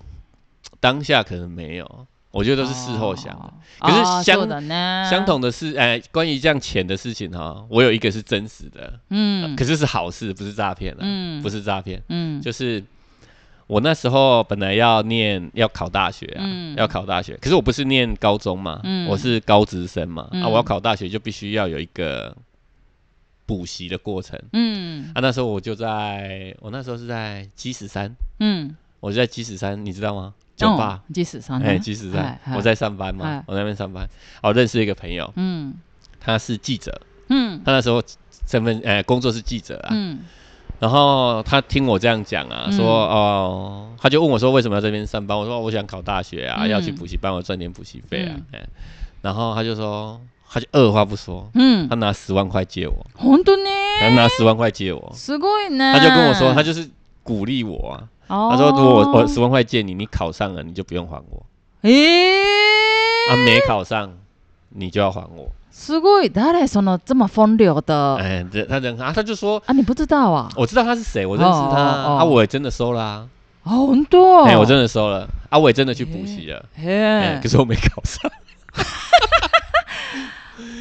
Speaker 2: 当下可能没有，我觉得都是事后想的。
Speaker 1: あー。
Speaker 2: 可是
Speaker 1: あー
Speaker 2: 相
Speaker 1: そうだね。
Speaker 2: 相。同的是，哎、关于这样钱的事情哈，我有一个是真实的，
Speaker 1: 嗯
Speaker 2: 可是是好事，不是诈骗啊，
Speaker 1: 嗯
Speaker 2: 不是诈骗，
Speaker 1: 嗯
Speaker 2: 就是我那时候本来要念要考大学啊，
Speaker 1: 嗯
Speaker 2: 要考大学，可是我不是念高中嘛，
Speaker 1: 嗯
Speaker 2: 我是高职生嘛，
Speaker 1: 嗯
Speaker 2: 啊，我要考大学就必须要有一个补习的过程
Speaker 1: 嗯
Speaker 2: 啊。那时候我就在，我那时候是在基十三，
Speaker 1: 嗯。
Speaker 2: 我就在基十三，你知道吗？酒吧。
Speaker 1: 嗯，即使上
Speaker 2: 哎，
Speaker 1: 呢
Speaker 2: 基十
Speaker 1: 嗨
Speaker 2: 三，
Speaker 1: 嗨
Speaker 2: 我在上班嘛
Speaker 1: 嗨，
Speaker 2: 我在那边上班。哦，认识一个朋友，
Speaker 1: 嗯
Speaker 2: 他是记者，
Speaker 1: 嗯
Speaker 2: 他那时候身份呃工作是记者啊，
Speaker 1: 嗯
Speaker 2: 然后他听我这样讲啊，
Speaker 1: 嗯
Speaker 2: 说哦、他就问我说为什么要这边上班？我说哦我想考大学啊，
Speaker 1: 嗯
Speaker 2: 要去补习班，我赚点补习费啊、
Speaker 1: 嗯
Speaker 2: 哎然后他就说，他就二话不说，
Speaker 1: うん
Speaker 2: 他拿十万块借我，
Speaker 1: 本当に
Speaker 2: 他拿十万块借我，
Speaker 1: すごいね
Speaker 2: 他就跟我说，他就是鼓励我啊，
Speaker 1: 他
Speaker 2: 他说如果我我十万块借你，你考上了你就不用还我，
Speaker 1: え
Speaker 2: 啊
Speaker 1: ー
Speaker 2: 没考上你就要还我，
Speaker 1: すごい誰その这么风流的
Speaker 2: 哎，这他人啊他就说。
Speaker 1: 啊？你不知道啊？
Speaker 2: 我知道他是谁，我认识
Speaker 1: 哦
Speaker 2: 他，
Speaker 1: 哦哦
Speaker 2: 啊，我也真的收了啊，
Speaker 1: 啊，本当？
Speaker 2: 哎、我真的收了，啊，我也真的去补习了，
Speaker 1: 예.
Speaker 2: 哎、
Speaker 1: 嘿
Speaker 2: 可，是我没考上，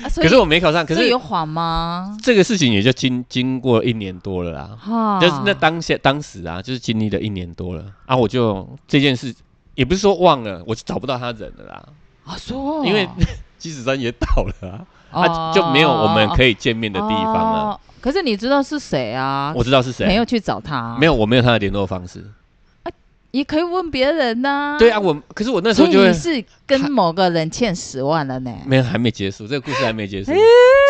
Speaker 1: 啊所以
Speaker 2: 可是我没考上，可
Speaker 1: 所以
Speaker 2: 是
Speaker 1: 有谎吗？
Speaker 2: 这个事情也就经经过一年多了啦，
Speaker 1: 哈，
Speaker 2: 就是那当下当时啊，就是经历了一年多了啊，我就这件事也不是说忘了，我就找不到他人了啦，
Speaker 1: 啊，说
Speaker 2: 因为 鸡子山也倒了啊，
Speaker 1: 아.
Speaker 2: 啊就没有我们可以见面的地方了，。
Speaker 1: 哦可是你知道是谁啊？
Speaker 2: 我知道是谁，
Speaker 1: 没有嗯去找他，
Speaker 2: 没
Speaker 1: 有，
Speaker 2: 有我没有他的联络方式，
Speaker 1: 也可以问别人呐。
Speaker 2: 对啊，我可是我那时
Speaker 1: 所
Speaker 2: 候
Speaker 1: 以
Speaker 2: 就会
Speaker 1: 你是跟某个人欠十万了呢？
Speaker 2: 没有还没结束，这个故事还没结束，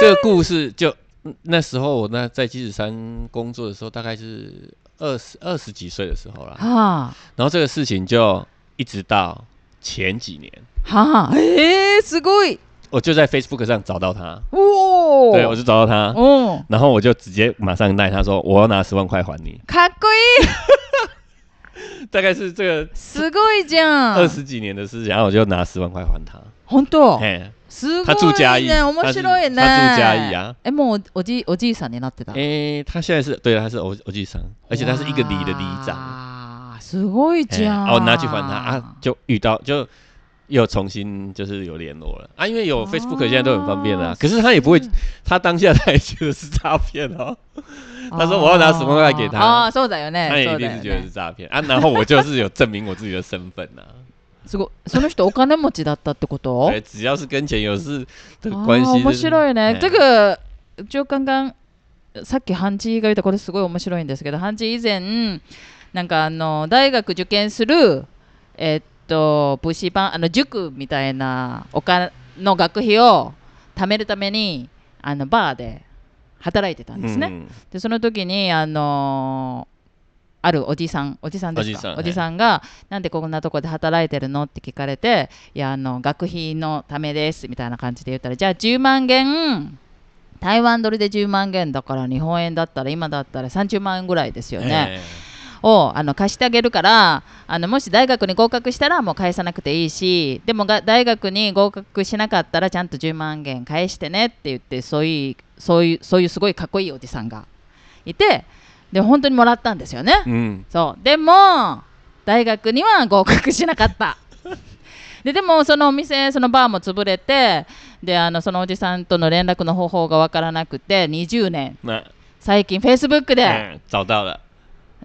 Speaker 2: 这个故事就。嗯那时候我那在鸡子山工作的时候，大概是二十二十几岁的时候啦。
Speaker 1: 啊
Speaker 2: 然后这个事情就一直到前几年，
Speaker 1: 哈，诶，すごい
Speaker 2: 我就在 Facebook 上找到他，
Speaker 1: 哇！
Speaker 2: 对我就找到他，
Speaker 1: 哦，
Speaker 2: 然后我就直接马上赖他说我要拿十万块还你，
Speaker 1: かっこいい，
Speaker 2: 大概是这个
Speaker 1: すごいじゃん。
Speaker 2: 二十几年的事情，然后我就拿十万块还他，
Speaker 1: 本当。
Speaker 2: 哎
Speaker 1: すご
Speaker 2: 他住嘉
Speaker 1: い
Speaker 2: 义
Speaker 1: ね、面白いね。
Speaker 2: 他住嘉義啊。
Speaker 1: え、もうおじいおじいさんになってた。
Speaker 2: 哎，他现在是对，他是欧欧记商，而且他是一个里的里长，
Speaker 1: 啊，すごい
Speaker 2: 哎
Speaker 1: じゃん。
Speaker 2: 啊我拿去还他啊，就遇到就。又重新就是有联络了啊，因为有 Facebook 现在都很方便啦、
Speaker 1: 哦
Speaker 2: 可是他也不会，他当下他也觉得是诈骗哦。 他说我要拿10万块给他
Speaker 1: 啊，そうだよね。
Speaker 2: 他也
Speaker 1: そう
Speaker 2: 一
Speaker 1: だ
Speaker 2: 定
Speaker 1: よ
Speaker 2: 是觉得是
Speaker 1: ね。
Speaker 2: 诈骗啊。然后我就是有证明我自己的身份 啊呐、
Speaker 1: すごい。その人お金持ちだったってこと？
Speaker 2: 对，哎只要是跟钱有事的
Speaker 1: あ
Speaker 2: 关系、
Speaker 1: ー面白いね
Speaker 2: 哎。
Speaker 1: 这个就刚刚さっきハンチが言ったこれすごい面白いんですけど、ハンチ以前なんかあの大学受験するえーっとブシバンあの塾みたいなお金の学費を貯めるためにあのバーで働いてたんですね、
Speaker 2: うん
Speaker 1: でその時にあのーあるおじさんおじさんですか
Speaker 2: おじさんはい
Speaker 1: が、なんでこんなとこで働いてるのって聞かれていやあの学費のためですみたいな感じで言ったらじゃあ10万元台湾ドルで10万元だから日本円だったら今だったら30万円ぐらいですよね、
Speaker 2: え
Speaker 1: をあの貸してあげるからあのもし大学に合格したらもう返さなくていいしでもが大学に合格しなかったらちゃんと10万円返してねって言ってそういうそういうそういうすごいかっこいいおじさんがいてで本当にもらったんですよね、
Speaker 2: えうん
Speaker 1: そうでも大学には合格しなかった ででもそのお店そのバーも潰れてであのそのおじさんとの連絡の方法がわからなくて20年
Speaker 2: 那
Speaker 1: 最近 Facebook で、
Speaker 2: 嗯找到了，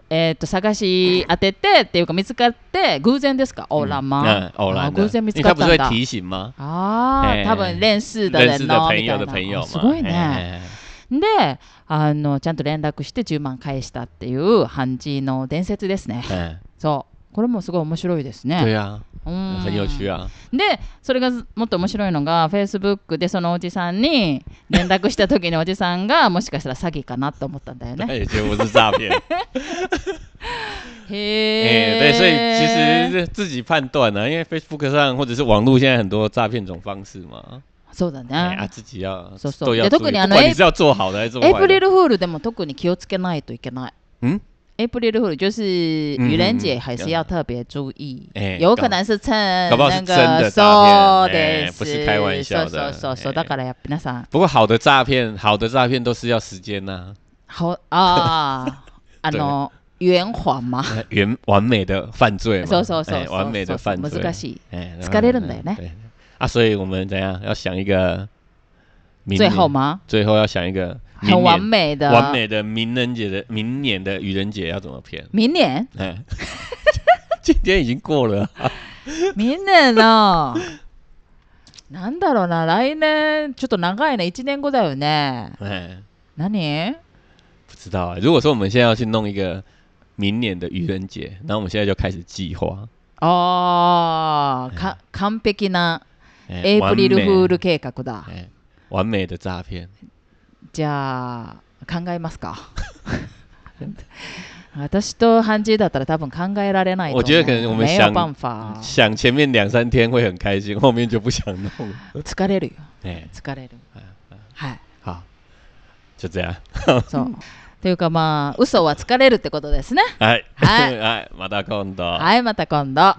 Speaker 1: えー、と探し当ててっていうか見つかって偶然哦ですかオーランマン、
Speaker 2: 嗯偶
Speaker 1: あ
Speaker 2: 然的
Speaker 1: 偶然見つ
Speaker 2: 你
Speaker 1: か
Speaker 2: 他
Speaker 1: っ
Speaker 2: 不是
Speaker 1: たんだ
Speaker 2: 会提醒吗？
Speaker 1: ああ、
Speaker 2: えー
Speaker 1: 多分レンスだ
Speaker 2: 认
Speaker 1: ね
Speaker 2: 识的
Speaker 1: の
Speaker 2: 朋
Speaker 1: みたい
Speaker 2: 友的
Speaker 1: な
Speaker 2: 朋友
Speaker 1: あ
Speaker 2: 嘛，
Speaker 1: すごいね、
Speaker 2: 哎
Speaker 1: であのちゃんと連絡して10万返したっていう漢字の伝説ですね
Speaker 2: 嗯，
Speaker 1: そうこれもすごい面白いですね
Speaker 2: 对啊，
Speaker 1: うん
Speaker 2: 很有趣啊。
Speaker 1: でそれがずもっと面白いのがフェイスブックでそのおじさんに連絡した時におじさんがもしかしたら詐欺かなと思ったんだよね
Speaker 2: 也觉得哎我是诈 骗，
Speaker 1: へえ、
Speaker 2: 哎，对，所以其实是自己判断啊，因为 Facebook 上或者是网络现在很多诈骗种方式嘛，
Speaker 1: そうだね、
Speaker 2: 哎啊，自己要
Speaker 1: そうそう
Speaker 2: 都要
Speaker 1: で
Speaker 2: 注意，
Speaker 1: 特にあ
Speaker 2: 不
Speaker 1: の
Speaker 2: 管
Speaker 1: エ
Speaker 2: 你是要做好的还是做
Speaker 1: エイプ
Speaker 2: 坏
Speaker 1: リ
Speaker 2: 的，
Speaker 1: ルフールでも特に気をつけないといけない。
Speaker 2: 嗯，
Speaker 1: エイプリルフール就是
Speaker 2: 嗯
Speaker 1: 愚人节，还是要特别注意。
Speaker 2: 哎
Speaker 1: 有可能是趁
Speaker 2: 搞不好
Speaker 1: 那
Speaker 2: 是真
Speaker 1: 个
Speaker 2: 的
Speaker 1: そう
Speaker 2: 诈
Speaker 1: で
Speaker 2: 骗
Speaker 1: す。
Speaker 2: 哎不是开玩笑的
Speaker 1: そうそうそうそう。
Speaker 2: 哎
Speaker 1: だからやっぱ皆さん、
Speaker 2: 不过好的诈骗，好的诈骗都是要时间呐、
Speaker 1: 好あーあの圆谎吗？
Speaker 2: 呃圆完美的犯罪嘛，
Speaker 1: そうそうそう
Speaker 2: 哎
Speaker 1: そう。
Speaker 2: 完美的犯罪，
Speaker 1: 難しい。
Speaker 2: 哎，
Speaker 1: 疲れるんだよね
Speaker 2: 对啊，所以我们怎样要想一个明年
Speaker 1: 最后？吗？
Speaker 2: 最后要想一个
Speaker 1: 很
Speaker 2: 明年
Speaker 1: 完美的。
Speaker 2: 完美的名人节的明年的愚人节要怎么骗？
Speaker 1: 明年，
Speaker 2: 哎， 今天已经过了啊，
Speaker 1: 明年のなんだろうな来年ちょっと長いね一年後だよね。
Speaker 2: 哎，
Speaker 1: 何？
Speaker 2: 不知道啊。如果说我们现在要去弄一个明年的愚人节，然后我们现在就开始计划，
Speaker 1: ああ、か完璧な
Speaker 2: 哎
Speaker 1: エイプリルフール、計画
Speaker 2: 完
Speaker 1: だ。
Speaker 2: 美哎，完美的诈骗。
Speaker 1: じゃあ、考えますか。 私とハンジーだったら多分考えられないと思う。
Speaker 2: 我觉得可能我们
Speaker 1: 没
Speaker 2: 想
Speaker 1: 有办法。
Speaker 2: 想前面两三天会很开心，后面就不想弄了。
Speaker 1: 疲れるよ。
Speaker 2: 哎，
Speaker 1: 疲れる。はい。
Speaker 2: 好，就这样。
Speaker 1: そう。というかまあ、嘘は疲れるってことですね。
Speaker 2: 哎
Speaker 1: 哎
Speaker 2: 哎，马大空的。
Speaker 1: はい、また今度。